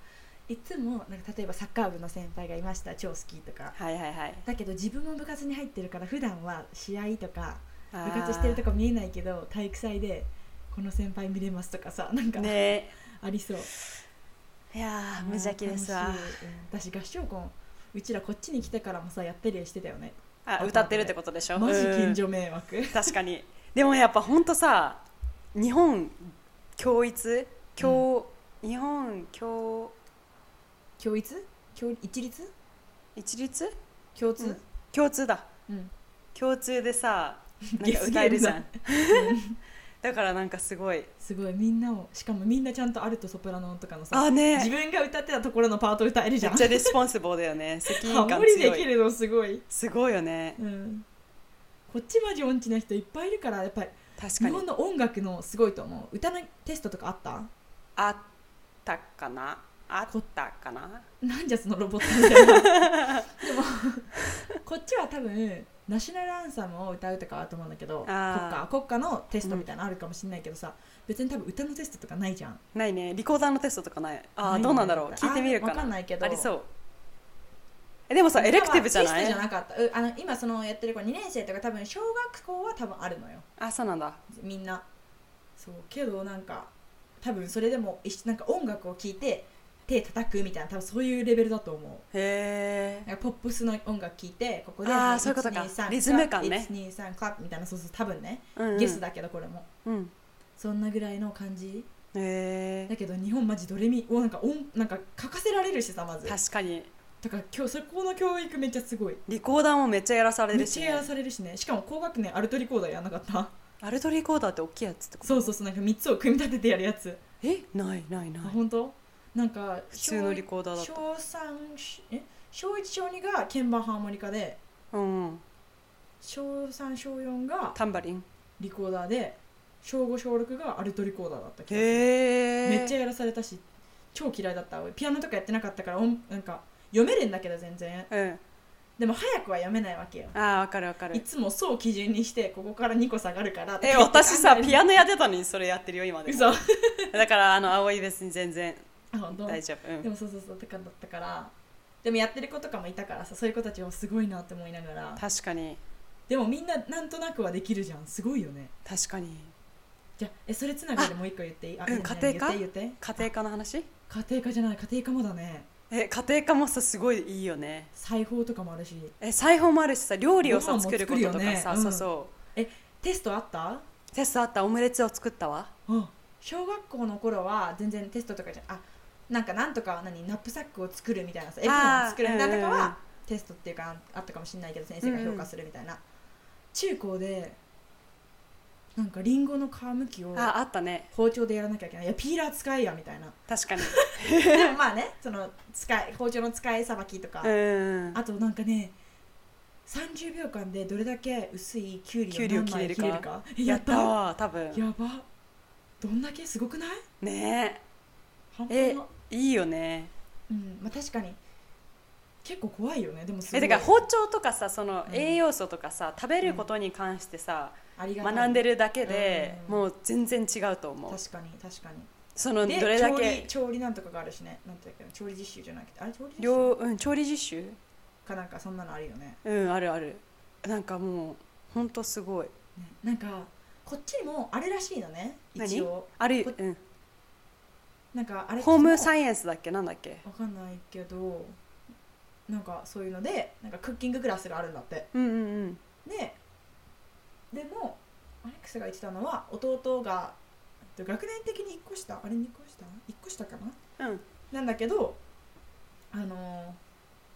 [SPEAKER 2] いつもなんか例えばサッカー部の先輩がいました超好きとか
[SPEAKER 1] はいはいはい
[SPEAKER 2] だけど自分も部活に入ってるから普段は試合とか
[SPEAKER 1] あ
[SPEAKER 2] 部
[SPEAKER 1] ー
[SPEAKER 2] 活してるとこ見えないけど体育祭でこの先輩見れますとかさなんか、
[SPEAKER 1] ね
[SPEAKER 2] ありそう
[SPEAKER 1] えいやー無邪気ですわ
[SPEAKER 2] 楽しいうん私合唱コンうちらこっちに来てからもさやったりしてたよね
[SPEAKER 1] あ歌ってるってことでしょ
[SPEAKER 2] マジ近
[SPEAKER 1] う
[SPEAKER 2] 所迷惑、
[SPEAKER 1] ん確かにでもやっぱほんとさ日本教育教、日本教
[SPEAKER 2] 教一教一律
[SPEAKER 1] 一律
[SPEAKER 2] 共通、
[SPEAKER 1] 共通だ
[SPEAKER 2] うん
[SPEAKER 1] 共通で
[SPEAKER 2] [LAUGHS]
[SPEAKER 1] さなん
[SPEAKER 2] ゲ
[SPEAKER 1] か
[SPEAKER 2] ス
[SPEAKER 1] 歌えるじゃん [LAUGHS]
[SPEAKER 2] ゲ
[SPEAKER 1] だからなんかすごい
[SPEAKER 2] すごいみんなをしかもみんなちゃんとアルトソプラノとかのさ
[SPEAKER 1] あね
[SPEAKER 2] 自分が歌ってたところのパート歌えるじ
[SPEAKER 1] め
[SPEAKER 2] ゃ
[SPEAKER 1] っ
[SPEAKER 2] ん
[SPEAKER 1] ちゃレスポンシブルだよね
[SPEAKER 2] [LAUGHS]
[SPEAKER 1] 責任
[SPEAKER 2] ハ
[SPEAKER 1] 感
[SPEAKER 2] モリで
[SPEAKER 1] 強
[SPEAKER 2] き
[SPEAKER 1] い
[SPEAKER 2] るのすごい、
[SPEAKER 1] すごいよね
[SPEAKER 2] うん、こっちマジ音痴な人いっぱいいるからやっぱり
[SPEAKER 1] 確
[SPEAKER 2] 日
[SPEAKER 1] かに
[SPEAKER 2] 本の音楽のすごいと思う歌のテストとかあった
[SPEAKER 1] あったかなあったかな
[SPEAKER 2] なんじゃそのロボットみたいなでもこっちは多分ナショナルアンサムを歌うとかはあると思うんだけど国
[SPEAKER 1] あ
[SPEAKER 2] 歌国歌のテストみたいなのあるかもしれないけどさ、別に多分歌のテストとかないじゃん
[SPEAKER 1] ないねリコーダーのテストとかないあ
[SPEAKER 2] な
[SPEAKER 1] あ
[SPEAKER 2] い
[SPEAKER 1] どうなんだろう聞いてみるか
[SPEAKER 2] あわかん
[SPEAKER 1] な
[SPEAKER 2] ないけど
[SPEAKER 1] ありそうえでもさエレクティブじゃな
[SPEAKER 2] テストじ
[SPEAKER 1] い
[SPEAKER 2] ゃなかったうあの今そのやってる子2年生とか多分小学校は多分あるのよ
[SPEAKER 1] あそうなんだ
[SPEAKER 2] みんなそうけどなんか多分それでも一緒なんか音楽を聴いて手叩くみたいな多分そういうレベルだと思う
[SPEAKER 1] へえ
[SPEAKER 2] なんかポップスの音楽聴いてここで
[SPEAKER 1] あー
[SPEAKER 2] も
[SPEAKER 1] そういうことか
[SPEAKER 2] 123
[SPEAKER 1] リズム感ね
[SPEAKER 2] 123クラップみたいなそうそう多分ね、
[SPEAKER 1] うんうん
[SPEAKER 2] ゲスだけどこれも
[SPEAKER 1] うん
[SPEAKER 2] そんなぐらいの感じ
[SPEAKER 1] へ
[SPEAKER 2] だ
[SPEAKER 1] え
[SPEAKER 2] けど日本マジドレミおなんか音なんか書かせられるしさまず
[SPEAKER 1] 確かに
[SPEAKER 2] だから今日そこの教育めっちゃすごい
[SPEAKER 1] リコーダーもめっちゃやらされ
[SPEAKER 2] め
[SPEAKER 1] る
[SPEAKER 2] っ
[SPEAKER 1] し
[SPEAKER 2] ち
[SPEAKER 1] ね、
[SPEAKER 2] ゃやらされるしねしかも高学年アルトリコーダーやんなかった
[SPEAKER 1] アルトリコーダーって大きいやつってこと
[SPEAKER 2] そうそうそうなんか3つを組み立ててやるやつ、
[SPEAKER 1] えないないない
[SPEAKER 2] あ本当なんか
[SPEAKER 1] 普通のリコーダーだった
[SPEAKER 2] 小3しえ小1小2が鍵盤ハーモニカで
[SPEAKER 1] うんうん
[SPEAKER 2] 小3小4が
[SPEAKER 1] タンバリン
[SPEAKER 2] リコーダーで小5小6がアルトリコーダーだったけど、
[SPEAKER 1] へえ
[SPEAKER 2] めっちゃやらされたし超嫌いだったピアノとかやってなかったから音なんか読めるんだけど全然
[SPEAKER 1] うん
[SPEAKER 2] でも早くは読めないわけよ
[SPEAKER 1] ああわかるわか
[SPEAKER 2] い
[SPEAKER 1] る
[SPEAKER 2] つもそう基準にしてここから2個下がるから
[SPEAKER 1] え私さピア
[SPEAKER 2] ノ
[SPEAKER 1] ノやってたのにそれやってるよ今でも
[SPEAKER 2] 嘘あ
[SPEAKER 1] だからあの青い別に全然
[SPEAKER 2] 本当
[SPEAKER 1] 大丈夫、うん
[SPEAKER 2] でもそうそうそうとかだったからでもやってる子とかもいたからさそういう子たちはすごいなって思いながら
[SPEAKER 1] 確かに
[SPEAKER 2] でもみんななんとなくはできるじゃんすごいよね
[SPEAKER 1] 確かに
[SPEAKER 2] じゃあえそれつながりでもう一個言っていいあ
[SPEAKER 1] うん
[SPEAKER 2] いいね
[SPEAKER 1] 家庭科
[SPEAKER 2] 言って言って
[SPEAKER 1] 家庭科の話
[SPEAKER 2] 家庭科じゃない家庭科もだね
[SPEAKER 1] え家庭科もさすごいいいよね
[SPEAKER 2] 裁縫とかもあるし
[SPEAKER 1] え裁縫もあるしさ料理を
[SPEAKER 2] ご飯
[SPEAKER 1] さ
[SPEAKER 2] も
[SPEAKER 1] 作ることとか
[SPEAKER 2] 作るよね
[SPEAKER 1] さ、
[SPEAKER 2] うん
[SPEAKER 1] そうそう
[SPEAKER 2] テストあった
[SPEAKER 1] テストあったオムレツを作ったわ
[SPEAKER 2] あ小学校の頃は全然テストとかじゃあなんかなんとか何ナップサックを作るみたいなさエプロンを作るみたいなとか
[SPEAKER 1] あーうんうんうん
[SPEAKER 2] はテストっていうかあったかもしれないけど先生が評価するみたいな、中高でなんかリンゴの皮むきを
[SPEAKER 1] ああったね
[SPEAKER 2] 包丁でやらなきゃいけないいやピーラー使えやみ
[SPEAKER 1] [LAUGHS]
[SPEAKER 2] たいな
[SPEAKER 1] 確かに
[SPEAKER 2] でもまあねその使い包丁の使いさばきとか、
[SPEAKER 1] うん
[SPEAKER 2] あとなんかね30秒間でどれだけ薄いキュウリを
[SPEAKER 1] キュウリを
[SPEAKER 2] 何枚
[SPEAKER 1] 切れるか
[SPEAKER 2] え
[SPEAKER 1] や
[SPEAKER 2] や
[SPEAKER 1] っ
[SPEAKER 2] ったた
[SPEAKER 1] わ多分
[SPEAKER 2] やばどんだけすごくない
[SPEAKER 1] ね
[SPEAKER 2] 半端
[SPEAKER 1] え
[SPEAKER 2] な
[SPEAKER 1] えいいよね
[SPEAKER 2] うんまあ、確かに結構怖いよねでもすご
[SPEAKER 1] えだ
[SPEAKER 2] い
[SPEAKER 1] から包丁とかさその
[SPEAKER 2] うん
[SPEAKER 1] 栄養素とかさ、食べることに関してさ、
[SPEAKER 2] ありがたい
[SPEAKER 1] 学んでるだけで、
[SPEAKER 2] うん
[SPEAKER 1] もう全然違うと思う
[SPEAKER 2] 確かに確かに
[SPEAKER 1] そのど
[SPEAKER 2] で
[SPEAKER 1] れだ
[SPEAKER 2] 調理
[SPEAKER 1] け
[SPEAKER 2] 調理なんとかがあるしねなんていうか調理実習じゃなくてあれ調理実
[SPEAKER 1] 料、
[SPEAKER 2] 習
[SPEAKER 1] うん、調理実習
[SPEAKER 2] かなんかそんなのあるよね
[SPEAKER 1] うんあるあるなんかもうほんとすごい
[SPEAKER 2] ねなんかこっちにもあれらしいのね
[SPEAKER 1] 何
[SPEAKER 2] 一応
[SPEAKER 1] ある、
[SPEAKER 2] こ
[SPEAKER 1] うん、
[SPEAKER 2] なんかあれ
[SPEAKER 1] ホーム
[SPEAKER 2] イ
[SPEAKER 1] サイエンスだっけなんだっけ
[SPEAKER 2] わかんないけどなんかそういうのでなんかクッキングクラスがあるんだって
[SPEAKER 1] うんうんうん
[SPEAKER 2] ででもアレックスが言ってたのは弟がえっと学年的に1個下あれ2個下1個下かな
[SPEAKER 1] うん
[SPEAKER 2] なんだけどあのー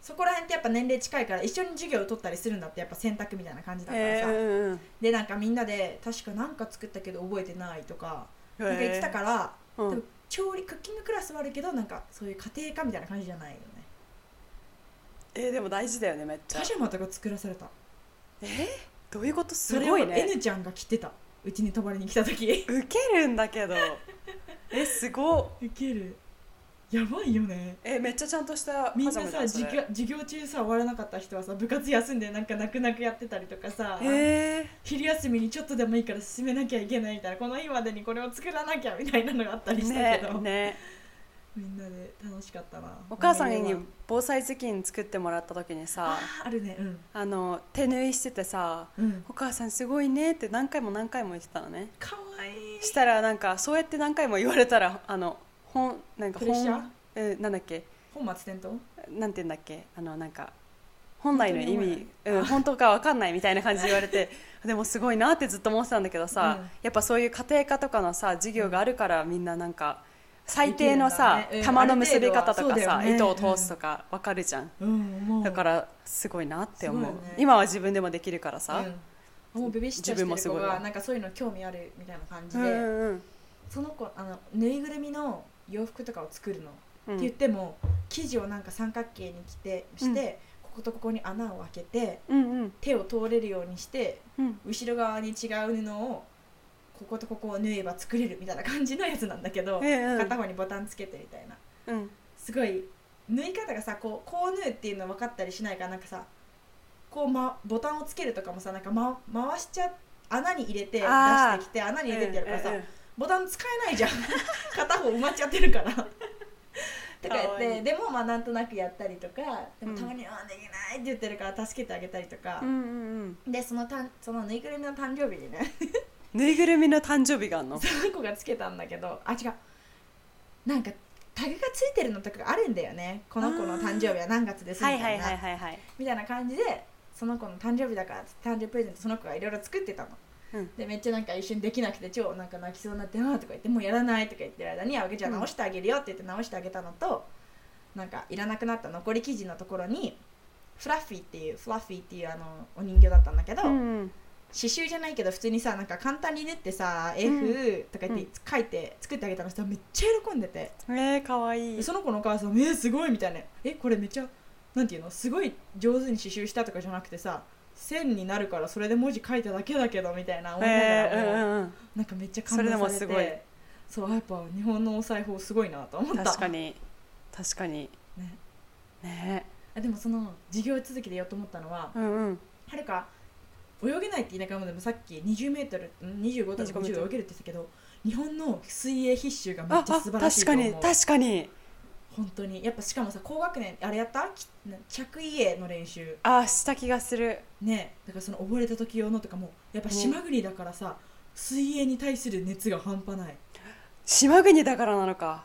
[SPEAKER 2] そこら辺ってやっぱ年齢近いから一緒に授業を取ったりするんだってやっぱ選択みたいな感じだからさ、
[SPEAKER 1] えーうんうん
[SPEAKER 2] でなんかみんなで確かなんか作ったけど覚えてないとか
[SPEAKER 1] へー
[SPEAKER 2] なんか言ってたから、
[SPEAKER 1] うん
[SPEAKER 2] でも調理クッキングクラスはあるけどなんかそういう家庭科みたいな感じじゃないよね
[SPEAKER 1] えーでも大事だよねめっちゃ
[SPEAKER 2] パジャマとか作らされた
[SPEAKER 1] えーどういうことす
[SPEAKER 2] それ
[SPEAKER 1] ご
[SPEAKER 2] を
[SPEAKER 1] いね
[SPEAKER 2] N ちゃんが着てたうちに泊まりに来た時
[SPEAKER 1] ウケるんだけどえすごっ
[SPEAKER 2] ウケるやばいよね
[SPEAKER 1] えめっちゃちゃんとした
[SPEAKER 2] みん
[SPEAKER 1] パ
[SPEAKER 2] な
[SPEAKER 1] ジャマじ
[SPEAKER 2] さ
[SPEAKER 1] ゃんそ
[SPEAKER 2] 授
[SPEAKER 1] れ
[SPEAKER 2] 業授業中さ終わらなかった人はさ部活休んでなんか泣く泣くやってたりとかさ、
[SPEAKER 1] へえ
[SPEAKER 2] 昼休みにちょっとでもいいから進めなきゃいけないみたいなこの日までにこれを作らなきゃみたいなのがあったりした
[SPEAKER 1] ね
[SPEAKER 2] けど、
[SPEAKER 1] ね
[SPEAKER 2] みんなで楽しかったな
[SPEAKER 1] お母さ
[SPEAKER 2] 思
[SPEAKER 1] ん
[SPEAKER 2] い出
[SPEAKER 1] に
[SPEAKER 2] は
[SPEAKER 1] 防災頭巾作ってもらった時にさ
[SPEAKER 2] あーあるねうん
[SPEAKER 1] あの手縫いしててさ
[SPEAKER 2] うん
[SPEAKER 1] 「お母さんすごいね」って何回も何回も言ってたのね
[SPEAKER 2] かわいい
[SPEAKER 1] したらなんかそうやって何回も言われたらあの本なんか
[SPEAKER 2] プレッシャー
[SPEAKER 1] 本えなんだっけ
[SPEAKER 2] 本末転倒
[SPEAKER 1] なんて言うんだっけあのなんか本来の意味
[SPEAKER 2] 本
[SPEAKER 1] 本当,、うん、本当かわかんないみたいな感じで言われて [LAUGHS] でもすごいなってずっと思ってたんだけどさ、
[SPEAKER 2] うん
[SPEAKER 1] やっぱそういう家庭科とかのさ授業があるからみんななんか最低の
[SPEAKER 2] で
[SPEAKER 1] さ、
[SPEAKER 2] きるんだねうん
[SPEAKER 1] 玉の結び方と
[SPEAKER 2] あ
[SPEAKER 1] か
[SPEAKER 2] る程度
[SPEAKER 1] さ、
[SPEAKER 2] はそうだ
[SPEAKER 1] 糸
[SPEAKER 2] よ
[SPEAKER 1] を
[SPEAKER 2] ね
[SPEAKER 1] 通すとかわかるじゃん、
[SPEAKER 2] うんもう
[SPEAKER 1] だからすごいなって思う、
[SPEAKER 2] すごいよね
[SPEAKER 1] 今は自分でもできらからさ、
[SPEAKER 2] うんもうベビーシッター
[SPEAKER 1] 自分も
[SPEAKER 2] して
[SPEAKER 1] す
[SPEAKER 2] る
[SPEAKER 1] ご
[SPEAKER 2] 子
[SPEAKER 1] いわ
[SPEAKER 2] がなんかそういうの興味あるみたいな感じ
[SPEAKER 1] う
[SPEAKER 2] で、
[SPEAKER 1] んうん
[SPEAKER 2] その子あのぬいぐるみの洋服とかを作るの、
[SPEAKER 1] うん
[SPEAKER 2] って言っても生地をなんか三角形に切ってして、こことここに穴を開けて
[SPEAKER 1] うんうん
[SPEAKER 2] 手を通れるようにして
[SPEAKER 1] うん
[SPEAKER 2] 後ろ側に違う布をこことここを縫えば作れるみたいな感じのやつなんだけど、
[SPEAKER 1] ええうん
[SPEAKER 2] 片方にボタンつけてみたいな
[SPEAKER 1] うん
[SPEAKER 2] すごい縫い方がさこうこう縫うっていうの分かったりしないからなんかさこう、ま、ボタンをつけるとかもさなんか、ま、回しちゃ穴に入れて出
[SPEAKER 1] あー
[SPEAKER 2] してきて穴に入れてってやるからさ、
[SPEAKER 1] うんうん
[SPEAKER 2] ボタン使えないじゃん [LAUGHS] 片方埋まっちゃってるから。とか言っ
[SPEAKER 1] かわい
[SPEAKER 2] て
[SPEAKER 1] い
[SPEAKER 2] でもまあなんとなくやったりとか
[SPEAKER 1] う
[SPEAKER 2] でも
[SPEAKER 1] ん
[SPEAKER 2] たまに「ああできない」って言ってるから助けてあげたりとか
[SPEAKER 1] う、んうんうん
[SPEAKER 2] でそのたんそのぬいぐるみの誕生日にね
[SPEAKER 1] ぬいぐるみの誕生日があんの
[SPEAKER 2] その子がつけたんだけどあ違うなんかタグがついてるのとかあるんだよねこの子の誕生日は何月ですみ
[SPEAKER 1] は
[SPEAKER 2] た
[SPEAKER 1] い
[SPEAKER 2] いな、
[SPEAKER 1] はいはいはいはい
[SPEAKER 2] みたいな感じでその子の誕生日だからっつって誕生日プレゼントその子がいろいろ作ってたの、
[SPEAKER 1] うん
[SPEAKER 2] でめっちゃなんか一瞬できなくて超なんか泣きそうになって「あーとか言って「もうやらない」とか言ってる間に「あげちゃん直してあげるよ」って言って直してあげたのとなんかいらなくなった残り生地のところにフラッフィーっていうフラッフィーっていうあのお人形だったんだけど、
[SPEAKER 1] うんうん
[SPEAKER 2] 刺繍じゃないけど普通にさなんか簡単に縫ってさ F とか言って書いて作ってあげたのさめっちゃ喜んでて、
[SPEAKER 1] えー、かわいい
[SPEAKER 2] でその子のお母さん「えー、すごい」みたいな「えこれめっちゃなんていうのすごい上手に刺繍した」とかじゃなくてさ線になるからそれで文字書いただけだけどみたいな思いなが
[SPEAKER 1] え
[SPEAKER 2] らも、
[SPEAKER 1] ーうんうん
[SPEAKER 2] なんかめっちゃ感
[SPEAKER 1] そ
[SPEAKER 2] 動されて
[SPEAKER 1] れでもすごい
[SPEAKER 2] そうやっぱ日本のお裁縫すごいなと思
[SPEAKER 1] うん
[SPEAKER 2] った
[SPEAKER 1] 確かに確かに
[SPEAKER 2] ね、
[SPEAKER 1] ね
[SPEAKER 2] あでもその授業続きでやっと思ったのは、
[SPEAKER 1] うんうん
[SPEAKER 2] はるか泳げないって田舎もでもさっき 20m25 25とか50泳げるって言ってたけど日本の水泳必修がめっ
[SPEAKER 1] あ
[SPEAKER 2] ちゃ
[SPEAKER 1] あ
[SPEAKER 2] 素晴らしい
[SPEAKER 1] 確
[SPEAKER 2] と
[SPEAKER 1] か
[SPEAKER 2] 思う
[SPEAKER 1] に確かに
[SPEAKER 2] 本当にやっぱしかもさ高学年あれやったきな着衣泳の練習
[SPEAKER 1] あした気がする
[SPEAKER 2] ねだからその溺れた時用のとかもやっぱ島国だからさ水泳に対する熱が半端ない
[SPEAKER 1] 島国だからなのか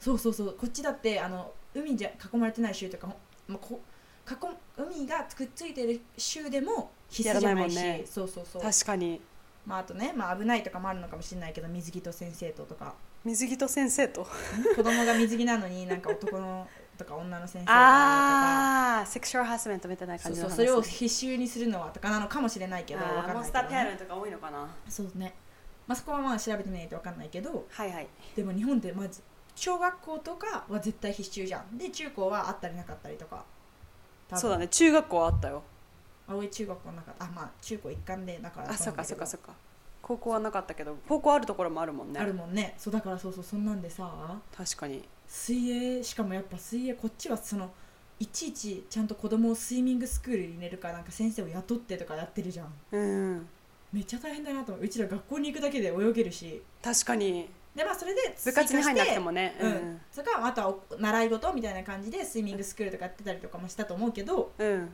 [SPEAKER 2] そうそうそうこっちだってあの海じゃ囲まれてない州とかも、まあ、こ囲海がくっついてる州でも必須じゃないし
[SPEAKER 1] やらないもんね
[SPEAKER 2] そうそうそう
[SPEAKER 1] 確かに
[SPEAKER 2] まあ、あとね、まあ、危ないとかもあるのかもしれないけど水着と先生ととか
[SPEAKER 1] 水着と先生と
[SPEAKER 2] 子供が水着なのになんか男のとか女の先生だな
[SPEAKER 1] ああセクシュアルハラスメントみたいな
[SPEAKER 2] とか
[SPEAKER 1] 感
[SPEAKER 2] そう
[SPEAKER 1] じ
[SPEAKER 2] そ
[SPEAKER 1] の話
[SPEAKER 2] うそれを必修にするのはとかなのかもしれないけどわかんないけどね、
[SPEAKER 1] モンスターペアレントが多いのかな
[SPEAKER 2] そうね、まあ、そこはまあ調べてみないとわかんないけど
[SPEAKER 1] はいはい
[SPEAKER 2] でも日本ってまず小学校とかは絶対必修じゃんで中高はあったりなかったりとか多分
[SPEAKER 1] そうだね中学校はあったよ
[SPEAKER 2] 葵中学校なかったあまあ中高一貫でだから
[SPEAKER 1] あそっかそっか
[SPEAKER 2] そ
[SPEAKER 1] そっか高校はなかったけど高校あるところもあるもんね
[SPEAKER 2] あるもんねそうだからそうそうそんなんでさ
[SPEAKER 1] 確かに
[SPEAKER 2] 水泳しかもやっぱ水泳こっちはそのいちいちちゃんと子供をスイミングスクールに入れるかなんか先生を雇ってとかやってるじゃん
[SPEAKER 1] うん
[SPEAKER 2] めっちゃ大変だなと思ううちら学校に行くだけで泳げるし
[SPEAKER 1] 確かに
[SPEAKER 2] でまあそれで
[SPEAKER 1] 部活に入んなくても
[SPEAKER 2] ね
[SPEAKER 1] ね
[SPEAKER 2] うん、それからあとはお習い事みたいな感じでスイミングスクールとかやってたりとかもしたと思うけど
[SPEAKER 1] うん、うん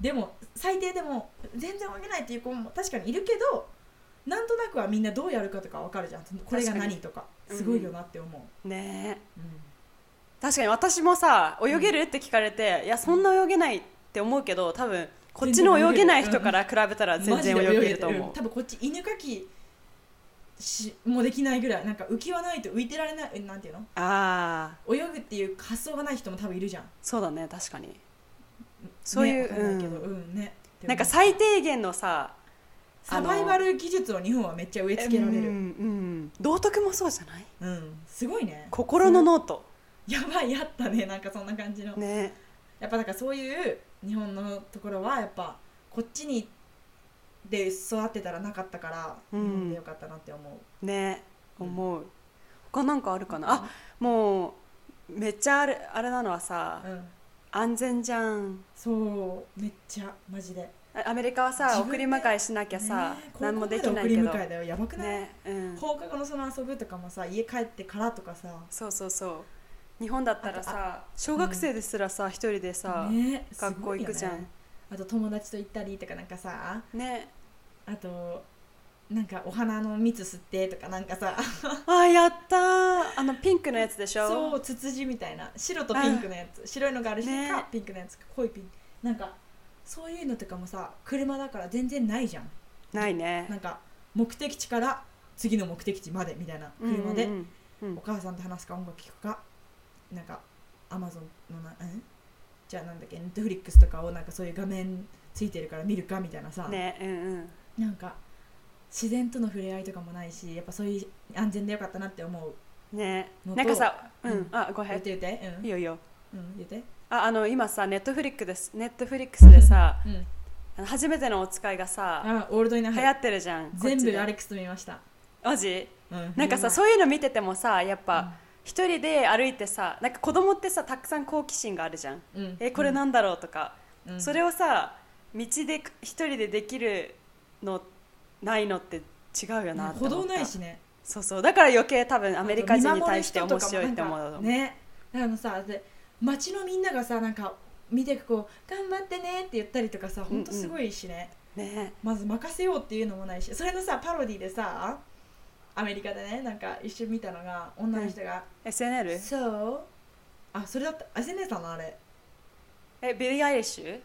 [SPEAKER 2] でも最低でも全然泳げないっていう子も確かにいるけどなんとなくはみんなどうやるかとかわかるじゃんこれが何とか
[SPEAKER 1] うん
[SPEAKER 2] すごいよなって思う、
[SPEAKER 1] ねえ
[SPEAKER 2] うん
[SPEAKER 1] 確かに私もさ泳げるって聞かれて、いやそんな泳げないって思うけど多分こっちの泳げない人から比べたら全然
[SPEAKER 2] マジで
[SPEAKER 1] 泳げると思う、
[SPEAKER 2] ん多分こっち犬かきしもできないぐらいなんか浮きはないと浮いてられないえなんていうの
[SPEAKER 1] ああ
[SPEAKER 2] 泳ぐっていう発想がない人も多分いるじゃん
[SPEAKER 1] そうだね確かにそういう
[SPEAKER 2] ねわかんないけど
[SPEAKER 1] う
[SPEAKER 2] うんね
[SPEAKER 1] なんか最低限のさ
[SPEAKER 2] サバイバル技術を日本はめっちゃ植え付けられ
[SPEAKER 1] うんう
[SPEAKER 2] る
[SPEAKER 1] ん、道徳もそうじゃない
[SPEAKER 2] うんすごいね
[SPEAKER 1] 心のノート、
[SPEAKER 2] やばいやったねなんかそんな感じの
[SPEAKER 1] ね
[SPEAKER 2] やっぱだからそういう日本のところはやっぱこっちにで育ってたらなかったから
[SPEAKER 1] う
[SPEAKER 2] 日
[SPEAKER 1] ん
[SPEAKER 2] 本でよかったなって思う
[SPEAKER 1] ね
[SPEAKER 2] うん
[SPEAKER 1] 思う、他なんかあるかなあもうめっちゃあれあれなのはさ、
[SPEAKER 2] うん
[SPEAKER 1] 安全じゃん
[SPEAKER 2] そうめっちゃマジで
[SPEAKER 1] あアメリカはさ
[SPEAKER 2] 自分
[SPEAKER 1] 送り
[SPEAKER 2] で
[SPEAKER 1] 迎えしなきゃさ、
[SPEAKER 2] ねえ
[SPEAKER 1] 何もできない
[SPEAKER 2] 高校
[SPEAKER 1] け
[SPEAKER 2] ま
[SPEAKER 1] ど
[SPEAKER 2] 送り迎えだよやばくない、
[SPEAKER 1] ねうん、
[SPEAKER 2] 放課後のその遊ぶとかもさ家帰ってからとかさ
[SPEAKER 1] そうそうそう日本だったらさ小学生ですらさ一、人でさ、
[SPEAKER 2] ねすごい
[SPEAKER 1] 学校行くじゃ
[SPEAKER 2] よ
[SPEAKER 1] ん
[SPEAKER 2] ねあと友達と行ったりとかなんかさ
[SPEAKER 1] ね
[SPEAKER 2] あとなんかお花の蜜吸ってとかなんかさ
[SPEAKER 1] あやったーあのピンクのやつでしょ
[SPEAKER 2] そうツツジみたいな白とピンクのやつ白いのがあるし
[SPEAKER 1] ね
[SPEAKER 2] かピンクのやつか濃いピンクなんかそういうのとかもさ車だから全然ないじゃん
[SPEAKER 1] ないね
[SPEAKER 2] なんか目的地から次の目的地までみたいな車で、
[SPEAKER 1] うんうんうんうん
[SPEAKER 2] お母さんと話すか音楽聴くかなんかアマゾンのなえじゃあなんだっけネットフリックスとかをなんかそういう画面ついてるから見るかみたいなさ、
[SPEAKER 1] ねうんうん
[SPEAKER 2] なんか自然との触れ合いとかもないしやっぱそういう安全でよかったなって思う
[SPEAKER 1] ね
[SPEAKER 2] のと
[SPEAKER 1] なんかさ、うん
[SPEAKER 2] うん
[SPEAKER 1] あごめ
[SPEAKER 2] 言
[SPEAKER 1] ん
[SPEAKER 2] っ
[SPEAKER 1] い
[SPEAKER 2] て言ってうん
[SPEAKER 1] いよいいよ
[SPEAKER 2] うん言って
[SPEAKER 1] ああの今さネットフリックですネットフリックスでさ
[SPEAKER 2] うん
[SPEAKER 1] あの初めてのお使いがさ
[SPEAKER 2] あオールドイナ
[SPEAKER 1] 流
[SPEAKER 2] ハ
[SPEAKER 1] 行
[SPEAKER 2] イ
[SPEAKER 1] ってるじゃん
[SPEAKER 2] 全部アレ
[SPEAKER 1] れ
[SPEAKER 2] ックスと見ました、
[SPEAKER 1] マジ
[SPEAKER 2] うん
[SPEAKER 1] なんかさ
[SPEAKER 2] う
[SPEAKER 1] そういうの見ててもさやっ
[SPEAKER 2] うん
[SPEAKER 1] ぱ一人で歩いてさなんか子供ってさたくさん好奇心があるじゃん
[SPEAKER 2] いう、うん、
[SPEAKER 1] えこれなんだろうとか、
[SPEAKER 2] うん、
[SPEAKER 1] それをさ道でく一人でできるのないのって違うよなって思っ
[SPEAKER 2] 歩
[SPEAKER 1] た
[SPEAKER 2] 道ないしね
[SPEAKER 1] そうそうだから余計多分アメリカ人に対して面白いって思
[SPEAKER 2] なん
[SPEAKER 1] う
[SPEAKER 2] かねあのさで街のみんながさなんか見てくこう頑張ってねって言ったりとかさほんとすごいしね、
[SPEAKER 1] ね
[SPEAKER 2] まず任せようっていうのもないしそれのさパロディでさアメリカでねなんか一瞬見たのが女の人が「
[SPEAKER 1] SNL?
[SPEAKER 2] So? あそれだったあ SNS なのあれ
[SPEAKER 1] えビリー・アイリッシュ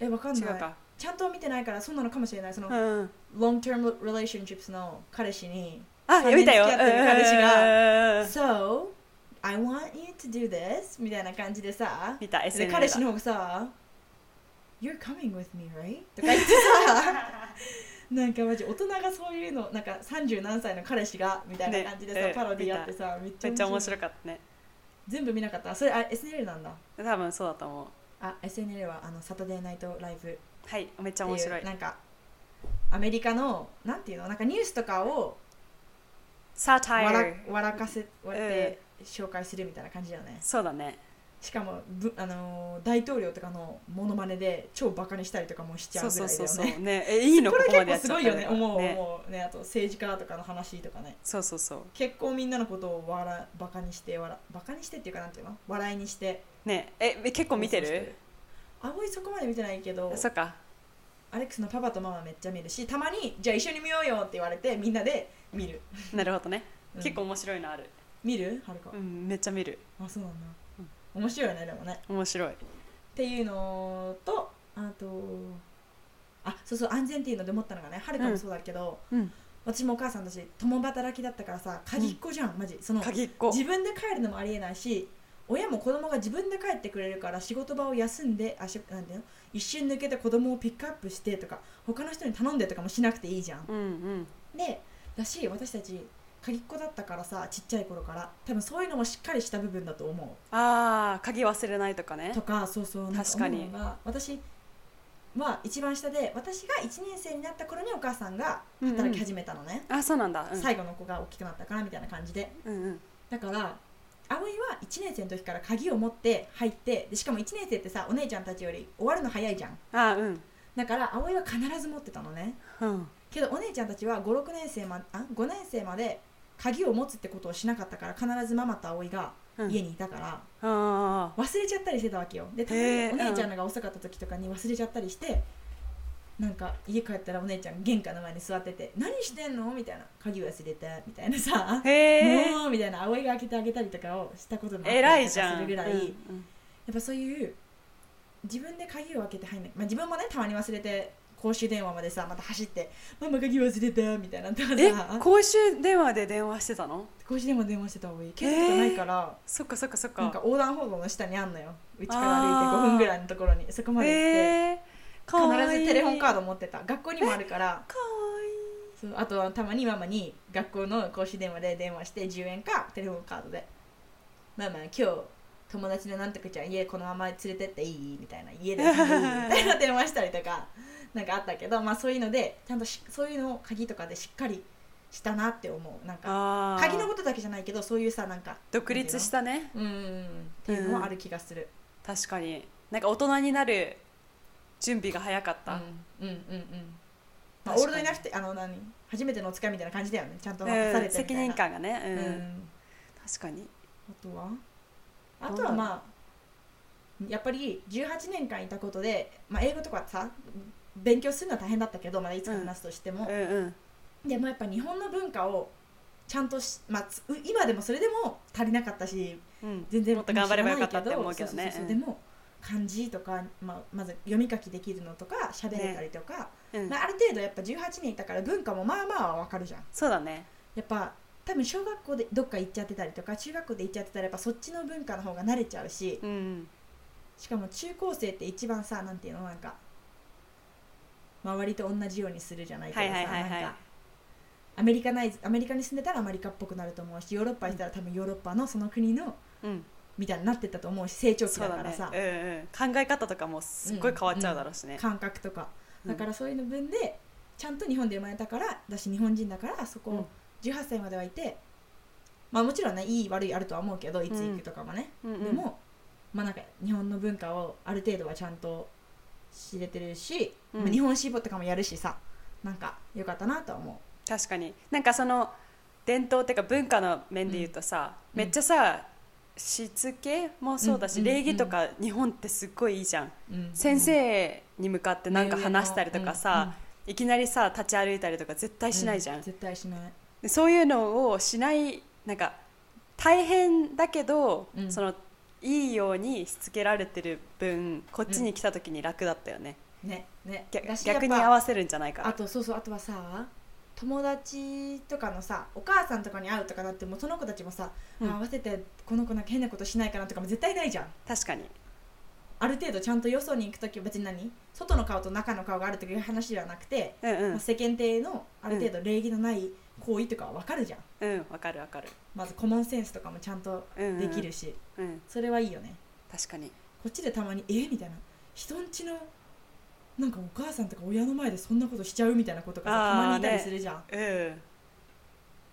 [SPEAKER 2] えわかん
[SPEAKER 1] 違う
[SPEAKER 2] ない
[SPEAKER 1] か
[SPEAKER 2] ちゃんと見てないからそうなのかもしれないその、
[SPEAKER 1] うん
[SPEAKER 2] ロング long term relationships の彼氏に
[SPEAKER 1] あ見たよ
[SPEAKER 2] 三年付き合ってる彼氏「
[SPEAKER 1] が
[SPEAKER 2] So I want you to do this」みたいな感じでさ
[SPEAKER 1] 見た
[SPEAKER 2] で
[SPEAKER 1] SNL だ
[SPEAKER 2] 彼氏の方がさ「You're coming with me, right?」とか言っ
[SPEAKER 1] [LAUGHS]
[SPEAKER 2] てさなんかマジ大人がそういうのなんか30何歳の彼氏がみたいな感じでさ、
[SPEAKER 1] ね
[SPEAKER 2] パロディやってさめっち
[SPEAKER 1] め
[SPEAKER 2] ゃ
[SPEAKER 1] っちゃ面白かったね
[SPEAKER 2] 全部見なかったそれあ SNL なんだ
[SPEAKER 1] 多分そうだと思う
[SPEAKER 2] あ SNL はあのサタデーナイトライブっていう
[SPEAKER 1] はいめっちゃ面白い
[SPEAKER 2] なんかアメリカのなんていうのなんかニュースとかを
[SPEAKER 1] サータ
[SPEAKER 2] 笑
[SPEAKER 1] イ
[SPEAKER 2] わ
[SPEAKER 1] ル
[SPEAKER 2] 笑かせて紹介するみたいな感じだよね
[SPEAKER 1] そうだね
[SPEAKER 2] しかもぶ、あのー大統領とかのモノマネで超バカにしたりとかもしちゃ
[SPEAKER 1] そうう
[SPEAKER 2] ぐ
[SPEAKER 1] そ
[SPEAKER 2] ら
[SPEAKER 1] う
[SPEAKER 2] い
[SPEAKER 1] そ
[SPEAKER 2] だよ
[SPEAKER 1] う
[SPEAKER 2] ね
[SPEAKER 1] そうねえいいの
[SPEAKER 2] こ
[SPEAKER 1] こ
[SPEAKER 2] れ
[SPEAKER 1] こまでや
[SPEAKER 2] 結
[SPEAKER 1] っ
[SPEAKER 2] 構す
[SPEAKER 1] ちゃっ
[SPEAKER 2] ご
[SPEAKER 1] た
[SPEAKER 2] い
[SPEAKER 1] りと
[SPEAKER 2] よ
[SPEAKER 1] か
[SPEAKER 2] ね思う
[SPEAKER 1] ね
[SPEAKER 2] 思うねあと政治家とかの話とかね
[SPEAKER 1] そうそうそ
[SPEAKER 2] 結構みんなのことを笑バカにして笑バカにしてっていうかなんていうの笑いにして
[SPEAKER 1] うねええ結構見てる
[SPEAKER 2] あおいそこまで見てないけど
[SPEAKER 1] そっか
[SPEAKER 2] アレックスのパパとママめっちゃ見るしたまにじゃあ一緒に見ようよって言われてみんなで見る、
[SPEAKER 1] なるほどね、
[SPEAKER 2] うん
[SPEAKER 1] 結構面白いのある、
[SPEAKER 2] 見るはるか
[SPEAKER 1] う、ん、めっちゃ見る
[SPEAKER 2] あそうなんだ、面白いよねでもね
[SPEAKER 1] 面白い
[SPEAKER 2] っていうのとあとあそうそう安全っていうので思ったのがねはるかもそうだけど、
[SPEAKER 1] うん
[SPEAKER 2] 私もお母さんだし共働きだったからさ鍵っ子じゃん、マジその
[SPEAKER 1] 鍵っ子
[SPEAKER 2] 自分で帰るのもありえないし親も子供が自分で帰ってくれるから仕事場を休んであしなんていうの一瞬抜けて子供をピックアップしてとか他の人に頼んでとかもしなくていいじゃん
[SPEAKER 1] うんうん
[SPEAKER 2] でだし私たち鍵っ子だったからさちっちゃい頃から多分そういうのもしっかりした部分だと思う
[SPEAKER 1] ああ鍵忘れないとかね
[SPEAKER 2] とかそうそうなん
[SPEAKER 1] 確かに
[SPEAKER 2] 思うのが私は一番下で私が1年生になった頃にお母さんが働き始めたのね、
[SPEAKER 1] あそうなんだうん
[SPEAKER 2] 最後の子が大きくなったからみたいな感じで
[SPEAKER 1] うんうん
[SPEAKER 2] だから葵は1年生の時から鍵を持って入ってでしかも1年生ってさお姉ちゃんたちより終わるの早いじゃん
[SPEAKER 1] あうん
[SPEAKER 2] だから葵は必ず持ってたのね
[SPEAKER 1] うん
[SPEAKER 2] けどお姉ちゃんたちは56年生まあ5年生まで鍵を持つってことをしなかったから必ずママと葵が
[SPEAKER 1] うん
[SPEAKER 2] 家にいたから、
[SPEAKER 1] あ
[SPEAKER 2] 忘れちゃったりしてたわけよでたまに
[SPEAKER 1] へー
[SPEAKER 2] お姉ちゃんのが遅かった時とかに忘れちゃったりしてなんか家帰ったらお姉ちゃん玄関の前に座ってて「何してんの?」みたいな「鍵忘れて」みたいなさ
[SPEAKER 1] あへえ
[SPEAKER 2] もうみたいな葵が開けてあげたりとかをしたこともあったりとか
[SPEAKER 1] 偉いじゃん
[SPEAKER 2] するぐらい、
[SPEAKER 1] うん
[SPEAKER 2] やっぱそういう自分で鍵を開けて入んない、まあ、自分もねたまに忘れて公衆電話までさまた走って「ママ鍵忘れた」みたいなとか
[SPEAKER 1] え
[SPEAKER 2] さ
[SPEAKER 1] 公衆電話で電話してたの
[SPEAKER 2] 公衆電話電話してた葵携帯とかないから、
[SPEAKER 1] そっかそっかそっ
[SPEAKER 2] なん
[SPEAKER 1] か
[SPEAKER 2] か横断歩道の下にあんのようちから歩いて5分ぐらいのところにそこまで行って。
[SPEAKER 1] えー、かわいい
[SPEAKER 2] 必ずテレホンカー
[SPEAKER 1] ド
[SPEAKER 2] ド持ってた学校にもあるから
[SPEAKER 1] かわいい
[SPEAKER 2] そうあとはたまにママに学校の公衆電話で電話して10円かテレホンカードで「ママ今日友達のなんとかちゃん家このまま連れてっていい?」みたいな「家で遊んでいい?」みたいな電話したりと
[SPEAKER 1] [LAUGHS]
[SPEAKER 2] かなんかあったけど、まあ、そういうのでちゃんとしそういうのを鍵とかでしっかりしたなって思うなんか
[SPEAKER 1] あー
[SPEAKER 2] 鍵のことだけじゃないけどそういうさなんか
[SPEAKER 1] 独立したね
[SPEAKER 2] うんうんうんっていうのはある気がする、
[SPEAKER 1] 確かになんか大人になる準備が早かっ
[SPEAKER 2] う
[SPEAKER 1] た、
[SPEAKER 2] ん、うんうんうんまあ、
[SPEAKER 1] 確かに
[SPEAKER 2] オールドになくてあの何初めてのお使いみたいな感じだよねちゃんと任さ
[SPEAKER 1] う
[SPEAKER 2] れ
[SPEAKER 1] ん
[SPEAKER 2] てみた
[SPEAKER 1] 責
[SPEAKER 2] いな、
[SPEAKER 1] 任感がね、
[SPEAKER 2] う、
[SPEAKER 1] うんん確かに
[SPEAKER 2] あとはあとはまあやっぱり18年間いたことで、まあ、英語とかさ勉強するのは大変だったけど、まあ、いつか話すとして
[SPEAKER 1] う
[SPEAKER 2] も
[SPEAKER 1] ん、うん
[SPEAKER 2] でもやっぱ日本の文化をちゃんとし、まあ、つ今でもそれでも足りなかったし
[SPEAKER 1] うん
[SPEAKER 2] 全然
[SPEAKER 1] もっと頑張ればよかったって思うけど
[SPEAKER 2] 知らな
[SPEAKER 1] ね
[SPEAKER 2] いそうそうそうでも漢字とか、まあ、まず読み書きできるのとか喋れたりとか、
[SPEAKER 1] うん
[SPEAKER 2] まあ、ある程度やっぱ18年いたから文化もまあまあは分かるじゃん
[SPEAKER 1] そうだね
[SPEAKER 2] やっぱ多分小学校でどっか行っちゃってたりとか中学校で行っちゃってたらやっぱそっちの文化の方が慣れちゃうし
[SPEAKER 1] うん
[SPEAKER 2] しかも中高生って一番さなんていうのなんか周りと同じようにするじゃないけどさ、
[SPEAKER 1] はいはいはいはい
[SPEAKER 2] なんかアメリカナイズアメリカに住んでたらアメリカっぽくなると思うしヨーロッパにいたら多分ヨーロッパのその国の
[SPEAKER 1] うん
[SPEAKER 2] みたいになってったと思うし成長期
[SPEAKER 1] そう
[SPEAKER 2] だ
[SPEAKER 1] だ
[SPEAKER 2] からさ、
[SPEAKER 1] ね、うんうん、考え方とかもすっごい変わっちゃうだろうしね、
[SPEAKER 2] 感覚とか
[SPEAKER 1] うん
[SPEAKER 2] だからそういうの分でちゃんと日本で生まれたからだし日本人だからそこ
[SPEAKER 1] うん
[SPEAKER 2] を18歳まではいて、まあもちろんねいい悪いあるとは思うけどいつ行くとかもね、
[SPEAKER 1] うんうん
[SPEAKER 2] でもまあなんか日本の文化をある程度はちゃんと知れてるし、
[SPEAKER 1] うん
[SPEAKER 2] まあ日本支部とかもやるしさなんか良かったなとは思
[SPEAKER 1] 確かになんかその伝統っていうか文化の面で言うとさ、
[SPEAKER 2] うん
[SPEAKER 1] めっちゃさしつけもそうだし、
[SPEAKER 2] うんうん
[SPEAKER 1] 礼儀とか日本ってすっごいいいじゃん、
[SPEAKER 2] う、うん
[SPEAKER 1] 先生に向かってなんか話したりとか
[SPEAKER 2] うんうんうん
[SPEAKER 1] さ、いきなりさ立ち歩いたりとか絶対しないじゃん、
[SPEAKER 2] う絶対しない
[SPEAKER 1] でそういうのをしないなんか大変だけど、
[SPEAKER 2] うん
[SPEAKER 1] そのいいようにしつけられてる分こっちに来た時に楽だったよね、
[SPEAKER 2] ねね
[SPEAKER 1] 逆
[SPEAKER 2] だしやっぱ
[SPEAKER 1] 逆に合わせるんじゃないか
[SPEAKER 2] あ
[SPEAKER 1] な
[SPEAKER 2] とそうそうあとはさ友達とかのさお母さんとかに会うとかだってもうその子たちもさ、
[SPEAKER 1] うん
[SPEAKER 2] あ合わせてこの子なんか変なことしないかなとかも絶対ないじゃん
[SPEAKER 1] 確かに
[SPEAKER 2] ある程度ちゃんとよそに行く時は別に何外の顔と中の顔があるという話ではなくて、
[SPEAKER 1] うんう
[SPEAKER 2] まあ
[SPEAKER 1] ん
[SPEAKER 2] 世間体のある程度礼儀のない行為とかは分かるじゃん
[SPEAKER 1] うんわかるわかる
[SPEAKER 2] まずコモンセンスとかもちゃんと
[SPEAKER 1] うんうん
[SPEAKER 2] できるし、
[SPEAKER 1] うん
[SPEAKER 2] それはいいよね
[SPEAKER 1] 確かに
[SPEAKER 2] こっちでたまに「えみたいな人んちのなんかお母さんとか親の前でそんなことしちゃうみたいなことがさ
[SPEAKER 1] あー
[SPEAKER 2] たまにいたり
[SPEAKER 1] ね
[SPEAKER 2] するじゃん、
[SPEAKER 1] うん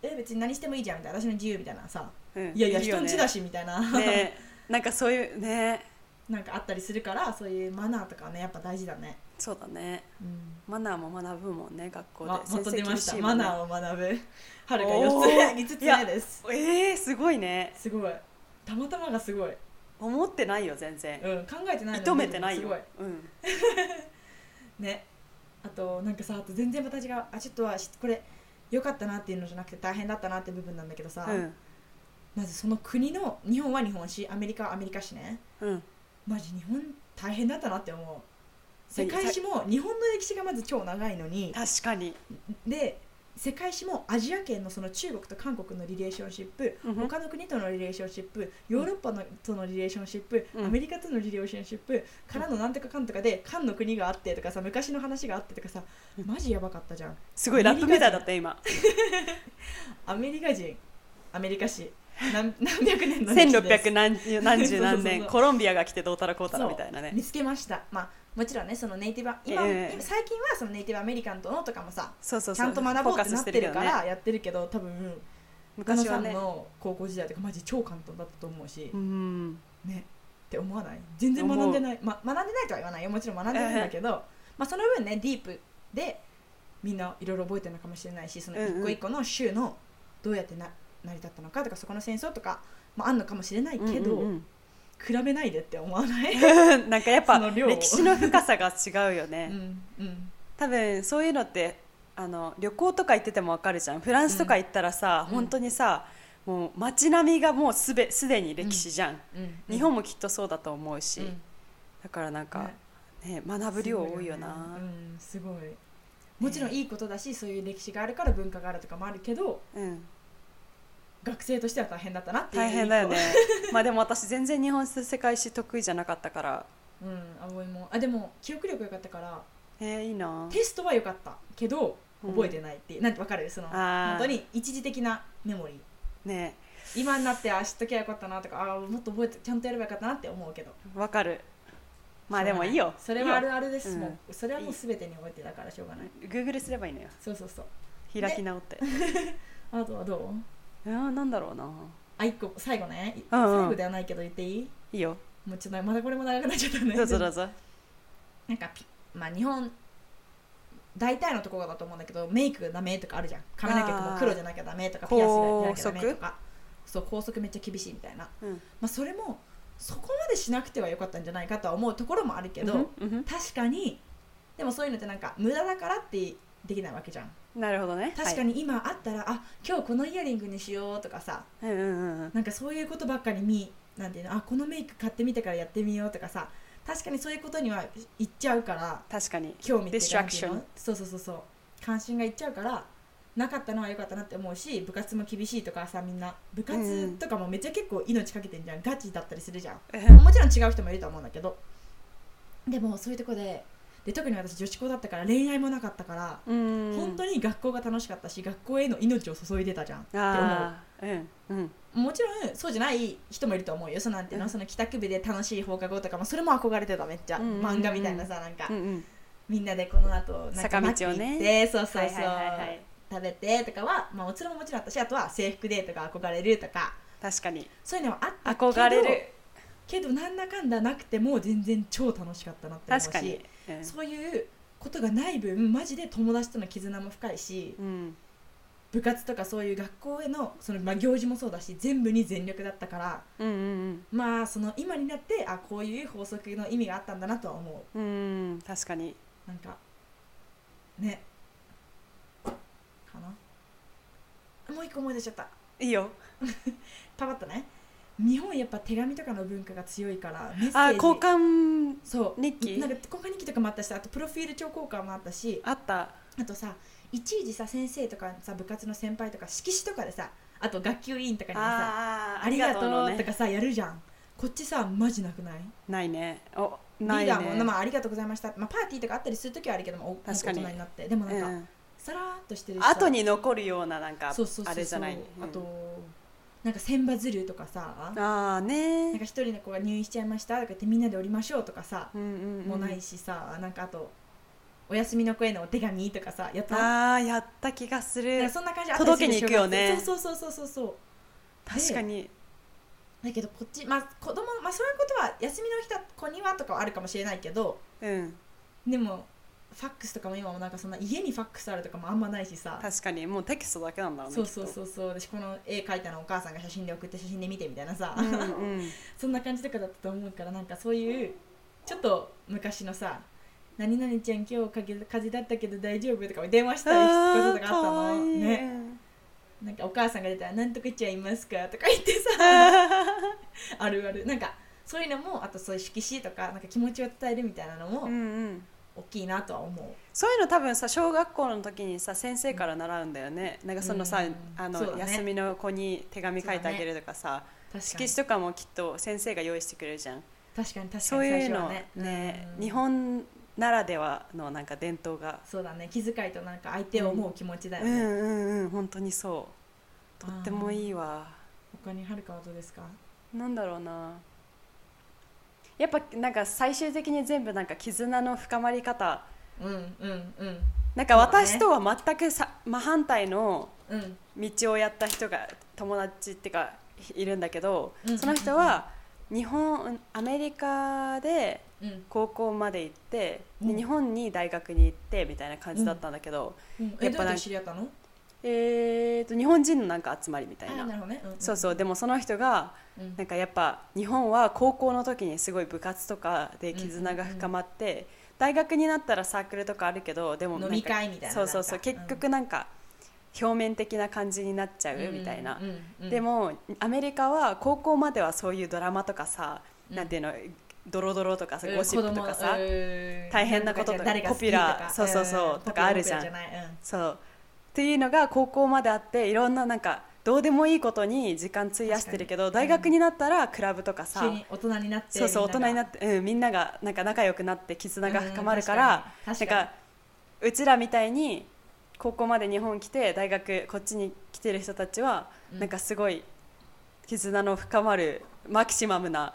[SPEAKER 2] え別に何してもいいじゃんみたいな私の自由みたいなさ
[SPEAKER 1] うん
[SPEAKER 2] いやいや人んちだ
[SPEAKER 1] し
[SPEAKER 2] しみたいな、
[SPEAKER 1] ねなんかそういうね
[SPEAKER 2] [LAUGHS] なんかあったりするからそういうマナーとかはねやっぱ大事だね、
[SPEAKER 1] そうだね
[SPEAKER 2] うん、
[SPEAKER 1] マナーも学ぶもんね学校で
[SPEAKER 2] ままた出ました、マ
[SPEAKER 1] もんね
[SPEAKER 2] ナーを学ぶはるか
[SPEAKER 1] お
[SPEAKER 2] 4
[SPEAKER 1] ー
[SPEAKER 2] つ目5つ
[SPEAKER 1] いや
[SPEAKER 2] 目です
[SPEAKER 1] えー、すごいね
[SPEAKER 2] すごいたまたまがすごい、
[SPEAKER 1] 思ってないよ全然
[SPEAKER 2] うん、考えてないのに
[SPEAKER 1] 認めてない
[SPEAKER 2] す
[SPEAKER 1] よ
[SPEAKER 2] ごい
[SPEAKER 1] うん
[SPEAKER 2] ねあとなんかさあと全然私があちょっとはしこれ良かったなっていうのじゃなくて大変だったなって部分なんだけどさ、
[SPEAKER 1] うん
[SPEAKER 2] まずその国の日本は日本しアメリカはアメリカしね
[SPEAKER 1] うん
[SPEAKER 2] マジ日本大変だったなって思う世界史も日本の歴史がまず超長いのに
[SPEAKER 1] 確かに
[SPEAKER 2] で世界史もアジア圏のその中国と韓国のリレーションシップ、
[SPEAKER 1] うんうん
[SPEAKER 2] 他の国とのリレーションシップヨーロッパのとのリレーションシップ、
[SPEAKER 1] うん
[SPEAKER 2] アメリカとのリレーションシップからのなんとかかんとかで韓の国があってとかさ昔の話があってとかさマジやばかったじゃん
[SPEAKER 1] すごいラップみたいだった今
[SPEAKER 2] アメリカ人アメリカ史
[SPEAKER 1] [LAUGHS]
[SPEAKER 2] 何何百年の歴史です
[SPEAKER 1] 1600何十何十何年
[SPEAKER 2] そうそうそう
[SPEAKER 1] コロンビアが来てどうたらこうたらみたいな
[SPEAKER 2] 見
[SPEAKER 1] ね
[SPEAKER 2] つけましたまあもちろんねそのネイティブ今、
[SPEAKER 1] ええ
[SPEAKER 2] 今最近はそのネイティブアメリカンとのとかもさ
[SPEAKER 1] そうそう
[SPEAKER 2] ち
[SPEAKER 1] そう
[SPEAKER 2] ゃんと学ぼうっ
[SPEAKER 1] フォーカ
[SPEAKER 2] て
[SPEAKER 1] ス
[SPEAKER 2] な
[SPEAKER 1] し
[SPEAKER 2] って
[SPEAKER 1] る
[SPEAKER 2] て
[SPEAKER 1] け
[SPEAKER 2] る
[SPEAKER 1] ど
[SPEAKER 2] か
[SPEAKER 1] ね
[SPEAKER 2] らやってるけど多分旦那
[SPEAKER 1] 昔
[SPEAKER 2] さ
[SPEAKER 1] は
[SPEAKER 2] ん
[SPEAKER 1] ね
[SPEAKER 2] の高校時代とかマジ超簡単だったと思うし、
[SPEAKER 1] うん
[SPEAKER 2] ねって思わない全然学んでない、ま、学んでないとは言わないよもちろん学んでるんだけど、まあ、その分ねディープでみんないろいろ覚えてるのかもしれないしその一個一個の州のどうやってな成り立ったのかとかそこの戦争とかもあんのかもしれないけど、
[SPEAKER 1] うんうん [LAUGHS]
[SPEAKER 2] 比べないでって思わない、
[SPEAKER 1] うんなんかやっぱ
[SPEAKER 2] その量を
[SPEAKER 1] 歴史の深さが違うよ
[SPEAKER 2] う
[SPEAKER 1] ね、
[SPEAKER 2] んうん
[SPEAKER 1] 多分そういうのってあの旅行とか行ってても分かるじゃんフランスとか行ったらさ、
[SPEAKER 2] うん
[SPEAKER 1] 本当にさもう街並みがもうすべすでに歴史じゃん、
[SPEAKER 2] うん、
[SPEAKER 1] 日本もきっとそうだと思うし、
[SPEAKER 2] うん
[SPEAKER 1] だからなんか
[SPEAKER 2] ね、
[SPEAKER 1] ね学ぶ量多いよな
[SPEAKER 2] すごいよねうん、すごいもちろんいいことだし、そういう歴史があるから文化があるとかもあるけど
[SPEAKER 1] うん、
[SPEAKER 2] 学生としては大変だったなっていう
[SPEAKER 1] 大変だよね [LAUGHS] まあでも私全然日本史世界史得意じゃなかったから
[SPEAKER 2] うん葵もあでも記憶力良かったから
[SPEAKER 1] えー、いいな
[SPEAKER 2] テストは良かったけど覚えてないっていう、なんてわかるその
[SPEAKER 1] あー
[SPEAKER 2] 本当に一時的なメモリー
[SPEAKER 1] ね
[SPEAKER 2] 今になってあ知っときゃよかったなとかあーもっと覚えてちゃんとやればよかったなって思うけど
[SPEAKER 1] わかるまあでもいいよ
[SPEAKER 2] それはあ
[SPEAKER 1] い
[SPEAKER 2] るあるです
[SPEAKER 1] うん
[SPEAKER 2] もうそれはもう全てに覚えてだからしょうがない
[SPEAKER 1] いよ Google すればいいのよ
[SPEAKER 2] そうそうそう
[SPEAKER 1] 開き直って、
[SPEAKER 2] あとはどう
[SPEAKER 1] あーなんだろうな
[SPEAKER 2] あ一個最後ね、
[SPEAKER 1] うんうん
[SPEAKER 2] 最後ではないけど言っていい
[SPEAKER 1] い
[SPEAKER 2] [LAUGHS]
[SPEAKER 1] いよ
[SPEAKER 2] もうちょっとまだこれも長くなっちゃったね
[SPEAKER 1] どうぞどうぞ
[SPEAKER 2] なんかピまあ日本大体のところだと思うんだけどメイクがダメとかあるじゃん髪の毛
[SPEAKER 1] あ
[SPEAKER 2] も
[SPEAKER 1] ー
[SPEAKER 2] 黒じゃなきゃダメとか
[SPEAKER 1] 高
[SPEAKER 2] ピアスがなきゃダ
[SPEAKER 1] 速
[SPEAKER 2] メとかそう校則めっちゃ厳しいみたいな、
[SPEAKER 1] うん
[SPEAKER 2] まあ、それもそこまでしなくてはよかったんじゃないかとは思うところもあるけど、
[SPEAKER 1] うんうん
[SPEAKER 2] 確かにでもそういうのってなんか無駄だからってできないわけじゃん
[SPEAKER 1] なるほどね
[SPEAKER 2] 確か
[SPEAKER 1] に、
[SPEAKER 2] に今あったら、あ今日このイヤリングにしようとかさ
[SPEAKER 1] はい、うんうんうん
[SPEAKER 2] なんかそういうことばっかり見なんていうのあこのメイク買ってみてからやってみようとかさ確かにそういうことにはいっちゃうから
[SPEAKER 1] 確
[SPEAKER 2] [LAUGHS]
[SPEAKER 1] かに
[SPEAKER 2] 興味っていうか
[SPEAKER 1] Distraction
[SPEAKER 2] なんていうのそうそうそうそう関心がいっちゃうからなかったのは良かったなって思うし部活も厳しいとかさみんな部活とかもめっちゃ結構命かけてんじゃん、ガチだったりするじゃんもちろん違う人もいると思うんだけどでもそういうとこでで特に私女子校だったから恋愛もなかったから、
[SPEAKER 1] うん
[SPEAKER 2] 本当に学校が楽しかったし学校への命を注いでたじゃんって思う
[SPEAKER 1] ああうんうん
[SPEAKER 2] もちろんそうじゃない人もいると思うよそのなんていうの、
[SPEAKER 1] うん
[SPEAKER 2] その帰宅部で楽しい放課後とかもそれも憧れてためっちゃ、
[SPEAKER 1] うんうんうん
[SPEAKER 2] 漫画みたいなさなんか、
[SPEAKER 1] うんうん
[SPEAKER 2] みんなでこの後なん
[SPEAKER 1] 坂
[SPEAKER 2] か
[SPEAKER 1] 道をね
[SPEAKER 2] マック行ってそうそうそう、
[SPEAKER 1] はいはいはいはい
[SPEAKER 2] 食べてとかは、まあ、もちろんもちろん私あとは制服デートが憧れるとか
[SPEAKER 1] 確かに
[SPEAKER 2] そういうのはあったけど
[SPEAKER 1] 憧れる
[SPEAKER 2] けどなんだかんだなくても全然超楽しかったなって思うし
[SPEAKER 1] 確かに、うん
[SPEAKER 2] そういうことがない分マジで友達との絆も深いし
[SPEAKER 1] うん、
[SPEAKER 2] 部活とかそういう学校へのその、まあ、行事もそうだし全部に全力だったから
[SPEAKER 1] うんうん
[SPEAKER 2] まあその今になってあこういう法則の意味があったんだなとは思う
[SPEAKER 1] うんうん確かに
[SPEAKER 2] なんかねかなもう一個思い出しちゃった
[SPEAKER 1] いいよ
[SPEAKER 2] パパッとね日本やっぱ手紙とかの文化が強いからメッセー
[SPEAKER 1] あ
[SPEAKER 2] ジ
[SPEAKER 1] 交換
[SPEAKER 2] そう
[SPEAKER 1] 日記
[SPEAKER 2] なんか交換日記とかもあったしあとプロフィール帳交換もあったし
[SPEAKER 1] あった
[SPEAKER 2] あとさいちいちさ先生とかさ部活の先輩とか色紙とかでさあと学級委員とかにもさ
[SPEAKER 1] あー
[SPEAKER 2] ありがと
[SPEAKER 1] の
[SPEAKER 2] う
[SPEAKER 1] ね
[SPEAKER 2] とかさやるじゃんこっちさマジなくない
[SPEAKER 1] ないねお
[SPEAKER 2] リ
[SPEAKER 1] ない
[SPEAKER 2] ー
[SPEAKER 1] ね
[SPEAKER 2] ダーも、まあ、ありがとうございました、まあ、パーティーとかあったりする時はあるけどもおなん
[SPEAKER 1] 確かに
[SPEAKER 2] 大人になってでもなんか、
[SPEAKER 1] うん
[SPEAKER 2] さらーっとしてるしさ
[SPEAKER 1] 後に残るようななんか
[SPEAKER 2] そうそうそうそう
[SPEAKER 1] あれじゃない、うん
[SPEAKER 2] あとなんか千羽鶴とかさなんか
[SPEAKER 1] ああね
[SPEAKER 2] 一人の子が入院しちゃいましたとか言ってみんなでおりましょうとかさ、
[SPEAKER 1] うんうんうん
[SPEAKER 2] もないしさなんかあとお休みの子へのお手紙とかさやったなん
[SPEAKER 1] あーやった気がする
[SPEAKER 2] かそんな感じあったりする
[SPEAKER 1] 届けに行くよね
[SPEAKER 2] そうそうそうそうそうそう
[SPEAKER 1] 確かに
[SPEAKER 2] だけどこっちまあ子供まあそういうことは休みの日だ子にはとかはあるかもしれないけど
[SPEAKER 1] うん
[SPEAKER 2] でもファックスとかも今もなんかそんな家にファックスあるとかもあんまないしさ
[SPEAKER 1] 確かにもうテキストだけなんだろうね
[SPEAKER 2] そうそう
[SPEAKER 1] う
[SPEAKER 2] そうそう私この絵描いたのお母さんが写真で送って写真で見てみたいなさ、
[SPEAKER 1] んうん、
[SPEAKER 2] [LAUGHS] そんな感じとかだったと思うからなんかそういうちょっと昔のさ「何々ちゃん今日かけ風邪だったけど大丈夫?」とか電話したりすることとかあったのねなんかお母さんが出たら「なんとかちゃんいますか?」とか言ってさ
[SPEAKER 1] [LAUGHS]
[SPEAKER 2] あるあるなんかそういうのもあとそういう色紙とかなんか気持ちを伝えるみたいなの
[SPEAKER 1] う
[SPEAKER 2] も
[SPEAKER 1] んうん
[SPEAKER 2] 大きいなとは思う、
[SPEAKER 1] そういうの多分さ小学校の時にさ先生から習うんだよねなんかそのさ、
[SPEAKER 2] うん
[SPEAKER 1] あ
[SPEAKER 2] そ
[SPEAKER 1] の、
[SPEAKER 2] うだね
[SPEAKER 1] 休みの子に手紙書いてあげるとかさ、色
[SPEAKER 2] 確かに
[SPEAKER 1] 紙とかもきっと先生が用意してくれるじゃん
[SPEAKER 2] 確かに確かに
[SPEAKER 1] そういうの
[SPEAKER 2] 最
[SPEAKER 1] ね
[SPEAKER 2] 初はうん
[SPEAKER 1] 日本ならではのなんか伝統が、
[SPEAKER 2] そうだね気遣いとなんか相手を思う気持ちだよ
[SPEAKER 1] う
[SPEAKER 2] ね、
[SPEAKER 1] んうんうん本当にそうとっても
[SPEAKER 2] い
[SPEAKER 1] いいわ
[SPEAKER 2] 他にはるかはどうですか
[SPEAKER 1] なんだろうなやっぱなんか最終的に全部なんか絆の深まり方
[SPEAKER 2] うんうんうん
[SPEAKER 1] なんか
[SPEAKER 2] そうだね
[SPEAKER 1] 私とは全くさ、真反対の
[SPEAKER 2] うん
[SPEAKER 1] 道をやった人が友達ってかいるんだけど、
[SPEAKER 2] うんうんうん
[SPEAKER 1] その人は日本アメリカで
[SPEAKER 2] うん
[SPEAKER 1] 高校まで行って、で
[SPEAKER 2] うん
[SPEAKER 1] 日本に大学に行ってみたいな感じだったんだけど、
[SPEAKER 2] うん、
[SPEAKER 1] や
[SPEAKER 2] え
[SPEAKER 1] っ
[SPEAKER 2] ど
[SPEAKER 1] ぱな
[SPEAKER 2] うや
[SPEAKER 1] んか
[SPEAKER 2] って知り合ったの
[SPEAKER 1] えー、と日本人のなんか集まりみたい
[SPEAKER 2] あ
[SPEAKER 1] な
[SPEAKER 2] なるほどね、んん
[SPEAKER 1] そうそうでもその人が
[SPEAKER 2] うん
[SPEAKER 1] なんかやっぱ日本は高校の時にすごい部活とかで絆が深まって、大学になったらサークルとかあるけどでもなんか
[SPEAKER 2] 飲み会みたいな
[SPEAKER 1] そうそうそ
[SPEAKER 2] な
[SPEAKER 1] うん
[SPEAKER 2] か
[SPEAKER 1] 結局なんか表面的な感じになっちゃうみたいな、
[SPEAKER 2] うんうんうんうん
[SPEAKER 1] でもアメリカは高校まではそういうドラマとかさ、
[SPEAKER 2] うん
[SPEAKER 1] なんていうのドロドロとかさゴシップとかさ、大
[SPEAKER 2] 大
[SPEAKER 1] 変なこととかポピュラーそうそうそうとかあるじゃんそうっていうのが高校まであっていろんななんかどうでもいいことに時間費やしてるけど
[SPEAKER 2] 確か
[SPEAKER 1] 大
[SPEAKER 2] に
[SPEAKER 1] 学になったらクラブとかさ、
[SPEAKER 2] 急に大人になって
[SPEAKER 1] そうそう大人にな
[SPEAKER 2] て
[SPEAKER 1] って、うん、みんながなんか仲良くなって絆が深まるから、なんかうちらみたいに高校まで日本来て大学こっちに来てる人たちは、
[SPEAKER 2] うん
[SPEAKER 1] なんかすごい絆の深まるマキシマムな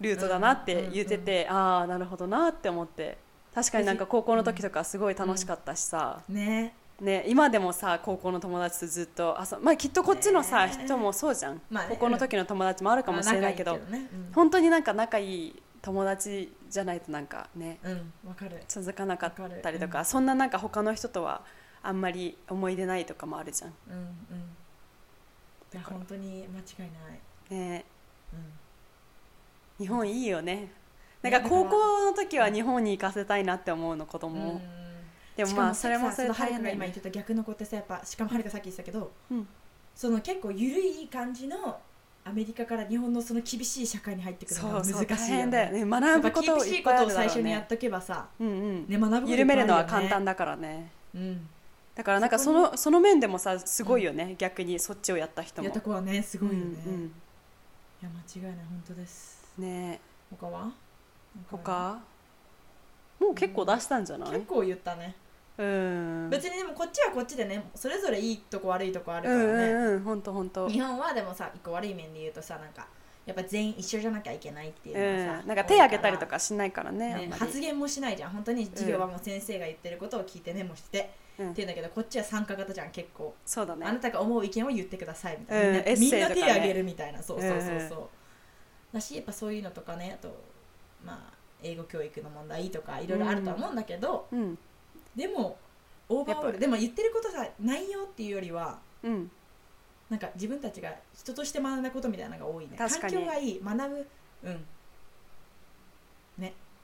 [SPEAKER 1] ルートだなって言ってて、ああなるほどなって思って確かになんか高校の時とかすごい楽しかったしさ、
[SPEAKER 2] ね
[SPEAKER 1] ね、今でもさ高校の友達とずっと遊まあ、きっとこっちのさ、
[SPEAKER 2] ねえ
[SPEAKER 1] 人もそうじゃん、
[SPEAKER 2] まあね
[SPEAKER 1] 高校の時の友達もあるかもしれないけど
[SPEAKER 2] まあ仲いいけどね
[SPEAKER 1] 本当になんか仲いい友達じゃないとなんかね
[SPEAKER 2] うんうんわかる
[SPEAKER 1] 続かなかったりと
[SPEAKER 2] わ
[SPEAKER 1] か
[SPEAKER 2] かるうん
[SPEAKER 1] そんななんか他の人とはあんまり思い出ないとかもあるじゃん、
[SPEAKER 2] うんうんいや本当に間違いない
[SPEAKER 1] ね、
[SPEAKER 2] うん
[SPEAKER 1] 日本いいよねな
[SPEAKER 2] ね
[SPEAKER 1] んか高校の時は日本に行かせたいなって思うの子供
[SPEAKER 2] う
[SPEAKER 1] も、
[SPEAKER 2] ん
[SPEAKER 1] でも
[SPEAKER 2] し
[SPEAKER 1] ま
[SPEAKER 2] か
[SPEAKER 1] あそれもそれで
[SPEAKER 2] さその
[SPEAKER 1] 大
[SPEAKER 2] ハ
[SPEAKER 1] 変だ
[SPEAKER 2] ルカが
[SPEAKER 1] よ
[SPEAKER 2] 今言
[SPEAKER 1] ね
[SPEAKER 2] ってた逆の子ってさやっぱしかもはるかさっき言ってたけど
[SPEAKER 1] うん
[SPEAKER 2] その結構ゆるい感じのアメリカから日本のその厳しい社会に入ってくるの
[SPEAKER 1] そう
[SPEAKER 2] が難し
[SPEAKER 1] そ
[SPEAKER 2] い
[SPEAKER 1] う大
[SPEAKER 2] よ
[SPEAKER 1] 変だよ
[SPEAKER 2] ね
[SPEAKER 1] ね
[SPEAKER 2] や
[SPEAKER 1] 学
[SPEAKER 2] っ
[SPEAKER 1] ぶ
[SPEAKER 2] ぱ
[SPEAKER 1] こと
[SPEAKER 2] 厳
[SPEAKER 1] を
[SPEAKER 2] し
[SPEAKER 1] い
[SPEAKER 2] い
[SPEAKER 1] っ
[SPEAKER 2] こ
[SPEAKER 1] ぱいあ
[SPEAKER 2] と
[SPEAKER 1] るだ
[SPEAKER 2] を
[SPEAKER 1] ろ
[SPEAKER 2] 最
[SPEAKER 1] う
[SPEAKER 2] 初にやっ
[SPEAKER 1] ね
[SPEAKER 2] とけばさ
[SPEAKER 1] うんうん
[SPEAKER 2] ね学ぶこといっぱいあ
[SPEAKER 1] 緩
[SPEAKER 2] よね
[SPEAKER 1] めるのは簡単だからね
[SPEAKER 2] うん
[SPEAKER 1] だからなんか
[SPEAKER 2] そ
[SPEAKER 1] そ
[SPEAKER 2] こに
[SPEAKER 1] のその面でもさすごいよね、逆にそっちをやった人も
[SPEAKER 2] やった子はねすごいよね
[SPEAKER 1] うん
[SPEAKER 2] いや間違いない本当です
[SPEAKER 1] うんねえ
[SPEAKER 2] 他は
[SPEAKER 1] 他もう結構出したんじゃない
[SPEAKER 2] 結構言ったね
[SPEAKER 1] うん
[SPEAKER 2] 別にでもこっちはこっちでねそれぞれいいとこ悪いとこある
[SPEAKER 1] う
[SPEAKER 2] か
[SPEAKER 1] ん
[SPEAKER 2] らね
[SPEAKER 1] うんうんほんとほんと
[SPEAKER 2] 日本はでもさ一個悪い面で言うとさなんかやっぱ全員一緒じゃなきゃいけないっていう
[SPEAKER 1] う
[SPEAKER 2] の
[SPEAKER 1] ん
[SPEAKER 2] がさ、
[SPEAKER 1] なんか手挙げたりと
[SPEAKER 2] 多い
[SPEAKER 1] かしないからね
[SPEAKER 2] ら
[SPEAKER 1] あん
[SPEAKER 2] ね
[SPEAKER 1] まり
[SPEAKER 2] 発言もしないじゃん本当に授業はもう先生が言ってることを聞いてメモして、
[SPEAKER 1] うん
[SPEAKER 2] っていうんだけどこっちは参加型じゃん結構、
[SPEAKER 1] そうだ
[SPEAKER 2] あな
[SPEAKER 1] ね
[SPEAKER 2] たが思う意見を言ってくださいみた
[SPEAKER 1] う
[SPEAKER 2] い
[SPEAKER 1] ん
[SPEAKER 2] な、
[SPEAKER 1] エッセ
[SPEAKER 2] み
[SPEAKER 1] イ
[SPEAKER 2] ん
[SPEAKER 1] とか
[SPEAKER 2] な
[SPEAKER 1] ね
[SPEAKER 2] 手挙げるみたいなそうそうそう
[SPEAKER 1] うんうん
[SPEAKER 2] そう、だしやっぱそういうのとかねあとまあ英語教育の問題とかいろいろあるとは思うんだけど、
[SPEAKER 1] うん
[SPEAKER 2] でもオーバーオ
[SPEAKER 1] やっ
[SPEAKER 2] ー
[SPEAKER 1] ぱ
[SPEAKER 2] ルでも言ってることさ内容っていうよりは
[SPEAKER 1] うん
[SPEAKER 2] なんか自分たちが人として学んだことみたいなのが多いね
[SPEAKER 1] 確かに
[SPEAKER 2] 環境がいい学ぶうん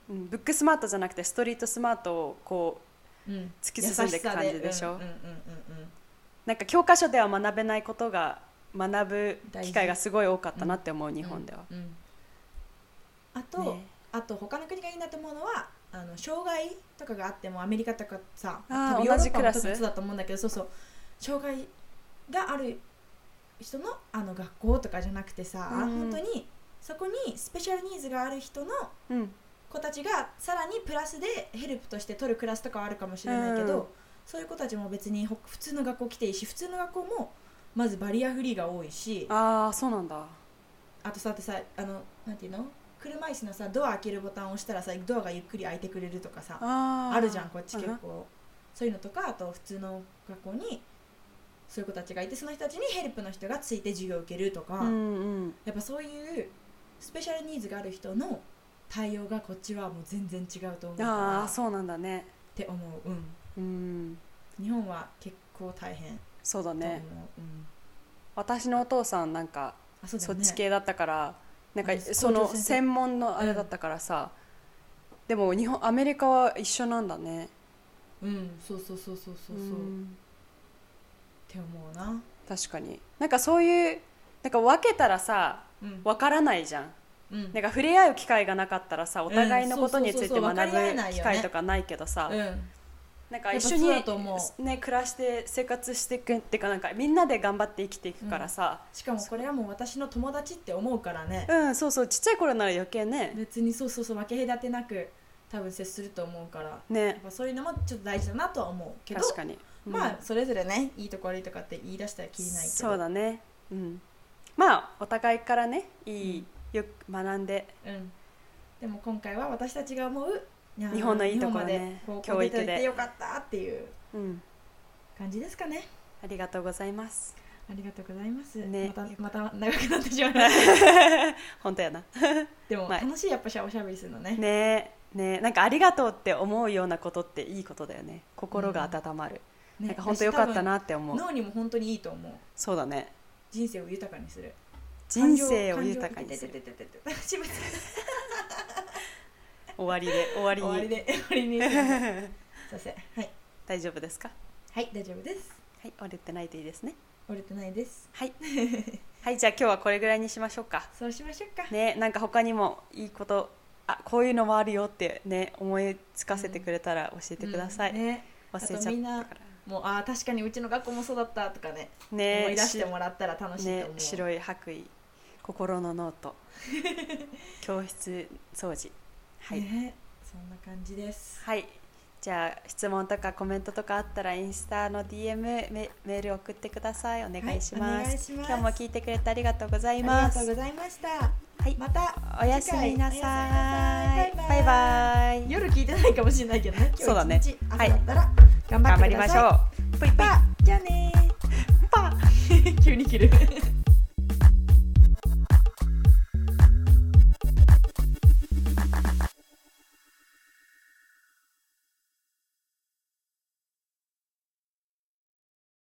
[SPEAKER 1] うんブックスマートじゃなくてストリートスマートをこう
[SPEAKER 2] うん
[SPEAKER 1] 突き進んでいく感じでしょ
[SPEAKER 2] 優さうんうんうんうんうん
[SPEAKER 1] なんか教科書では学べないことが学ぶ機会がすごい多かったなって思う日本では、
[SPEAKER 2] うんうんあと、
[SPEAKER 1] ね
[SPEAKER 2] あと他の国がいいなと思うのはあの障害とかがあってもアメリカとかさ
[SPEAKER 1] あー
[SPEAKER 2] 多分ヨーロ
[SPEAKER 1] 同じ
[SPEAKER 2] ッ
[SPEAKER 1] ク
[SPEAKER 2] パも
[SPEAKER 1] ラス
[SPEAKER 2] 多分そうだと思うんだけどそうそう障害がある人のあの学校とかじゃなくてさ、
[SPEAKER 1] うん
[SPEAKER 2] 本当にそこにスペシャルニーズがある人の
[SPEAKER 1] うん
[SPEAKER 2] 子たちがさらにプラスでヘルプとして取るクラスとかはあるかもしれないけど、
[SPEAKER 1] うん
[SPEAKER 2] そういう子たちも別にほ普通の学校来ていいし普通の学校もまずバリアフリーが多いしあ
[SPEAKER 1] ああそうなんだ
[SPEAKER 2] とさだってさあのなんていうの車椅子のさドア開けるボタンを押したらさドアがゆっくり開いてくれるとかさ
[SPEAKER 1] あ
[SPEAKER 2] あ
[SPEAKER 1] ー
[SPEAKER 2] るじゃんこっ
[SPEAKER 1] う
[SPEAKER 2] ち
[SPEAKER 1] ん
[SPEAKER 2] 結構そういうのとかあと普通の学校にそういう子たちがいてその人たちにヘルプの人がついて授業を受けるとか、
[SPEAKER 1] うんうん
[SPEAKER 2] やっぱそういうスペシャルニーズがある人の対応がこっちはもう全然違うと思うから
[SPEAKER 1] ああそうなんだね
[SPEAKER 2] って思う、うん、
[SPEAKER 1] うん
[SPEAKER 2] 日本は結構大変
[SPEAKER 1] そうだ
[SPEAKER 2] と思う、
[SPEAKER 1] ね
[SPEAKER 2] うん、
[SPEAKER 1] 私のお父さんなんか
[SPEAKER 2] あそうだ
[SPEAKER 1] そ
[SPEAKER 2] よ
[SPEAKER 1] っ
[SPEAKER 2] ね
[SPEAKER 1] ち系だったから、なんか
[SPEAKER 2] うん
[SPEAKER 1] その
[SPEAKER 2] 校長先生
[SPEAKER 1] 専門のあれだったからさ、でも日本アメリカは一緒なんだね
[SPEAKER 2] うんそうそうそうそうそうそう
[SPEAKER 1] うん
[SPEAKER 2] って思うな
[SPEAKER 1] 確かになんかそういうなんか分けたらさ
[SPEAKER 2] うん
[SPEAKER 1] 分からないじゃん
[SPEAKER 2] うん
[SPEAKER 1] なんか触れ合う機会がなかったらさお互いの
[SPEAKER 2] うん
[SPEAKER 1] ことにつ
[SPEAKER 2] そう
[SPEAKER 1] い
[SPEAKER 2] そうそ
[SPEAKER 1] て
[SPEAKER 2] う
[SPEAKER 1] 学
[SPEAKER 2] 分かり合えないよ
[SPEAKER 1] ぶ
[SPEAKER 2] ね
[SPEAKER 1] 機会とかないけどさ、
[SPEAKER 2] うん
[SPEAKER 1] なんか
[SPEAKER 2] やっぱ
[SPEAKER 1] 一緒に
[SPEAKER 2] そうだと思
[SPEAKER 1] ね暮らして生活していくっていうかなんかみんなで頑張って生きていくからさ、
[SPEAKER 2] しかもこれはもう私の友達って思うからね
[SPEAKER 1] うん、そうそうちっちゃい頃なら余計ね
[SPEAKER 2] 別にそうそうそう分け隔てなく多分接すると思うからや
[SPEAKER 1] ね
[SPEAKER 2] っぱそういうのもちょっと大事だなとは思うけど
[SPEAKER 1] 確かに、うん
[SPEAKER 2] まあそれぞれねいいとこ悪いとかって言い出したらきりないけど
[SPEAKER 1] そうだねうんまあお互いからねいい、よく学んで
[SPEAKER 2] うん、でも今回は私たちが思ういや
[SPEAKER 1] 日本のいいところね
[SPEAKER 2] 日本まで
[SPEAKER 1] 教
[SPEAKER 2] 教
[SPEAKER 1] 育
[SPEAKER 2] 育
[SPEAKER 1] で
[SPEAKER 2] でよかったっていう
[SPEAKER 1] うん
[SPEAKER 2] 感じですかね
[SPEAKER 1] ありがとうございます
[SPEAKER 2] あありがとうございます、
[SPEAKER 1] ね
[SPEAKER 2] ま
[SPEAKER 1] よ
[SPEAKER 2] たまた長くなってしまいました
[SPEAKER 1] 本当やな
[SPEAKER 2] でも
[SPEAKER 1] まあ
[SPEAKER 2] 楽しいやっぱしゃおしゃべりするのね
[SPEAKER 1] ねねなんかありがとうって思うようなことっていいことだよね心が温まる、
[SPEAKER 2] ね
[SPEAKER 1] なんか本当良かったな
[SPEAKER 2] 私
[SPEAKER 1] って
[SPEAKER 2] 多
[SPEAKER 1] 思
[SPEAKER 2] 分
[SPEAKER 1] う
[SPEAKER 2] 脳にも本当にいいと思う
[SPEAKER 1] そうだね
[SPEAKER 2] 人生を豊かにする
[SPEAKER 1] 人生を豊かにす
[SPEAKER 2] 感情
[SPEAKER 1] る
[SPEAKER 2] 感情てててててて渋い
[SPEAKER 1] 終わりで終わり
[SPEAKER 2] 終
[SPEAKER 1] に
[SPEAKER 2] わりで終わりにすいませんすいませんはい
[SPEAKER 1] [LAUGHS] 大丈夫ですか
[SPEAKER 2] はい大丈夫です
[SPEAKER 1] はい折れてないでいいですね
[SPEAKER 2] 折れてないです [LAUGHS]
[SPEAKER 1] はいはいじゃあ今日はこれぐらいにしましょうか
[SPEAKER 2] そうしましょうか
[SPEAKER 1] ねなんか他にもいいことあこういうのもあるよってね思いつかせてくれたら教えてください、
[SPEAKER 2] うんね
[SPEAKER 1] 忘れちゃっ
[SPEAKER 2] あ
[SPEAKER 1] た
[SPEAKER 2] とみん
[SPEAKER 1] か
[SPEAKER 2] なもうあー確かにうちの学校もそうだったとかね
[SPEAKER 1] らね
[SPEAKER 2] 思い出してもらったら楽しいと
[SPEAKER 1] ね
[SPEAKER 2] 思う、
[SPEAKER 1] 白い白衣心のノー
[SPEAKER 2] [LAUGHS]
[SPEAKER 1] ト教室掃除はい、
[SPEAKER 2] ねそんな感じです
[SPEAKER 1] はいじゃあ質問とかコメントとかあったらインスタの DM メメール送ってくださいお願いし
[SPEAKER 2] はい
[SPEAKER 1] ま
[SPEAKER 2] お
[SPEAKER 1] す,、
[SPEAKER 2] 願いします
[SPEAKER 1] 今日も聞いてくれてありがとうござ
[SPEAKER 2] あ
[SPEAKER 1] い
[SPEAKER 2] りが
[SPEAKER 1] ま
[SPEAKER 2] と
[SPEAKER 1] す
[SPEAKER 2] うございました
[SPEAKER 1] はい
[SPEAKER 2] また
[SPEAKER 1] おやすみなさい
[SPEAKER 2] 次回おやすみなさいバイバイ
[SPEAKER 1] バイバイ
[SPEAKER 2] 夜聞いてないかもしれないけどね今日
[SPEAKER 1] そうだね
[SPEAKER 2] 一日朝
[SPEAKER 1] はい
[SPEAKER 2] だったら頑張
[SPEAKER 1] 頑張
[SPEAKER 2] って
[SPEAKER 1] り
[SPEAKER 2] くだ
[SPEAKER 1] まし
[SPEAKER 2] さい、
[SPEAKER 1] ょうぷいぷい [LAUGHS]
[SPEAKER 2] パーじゃあねー急に切る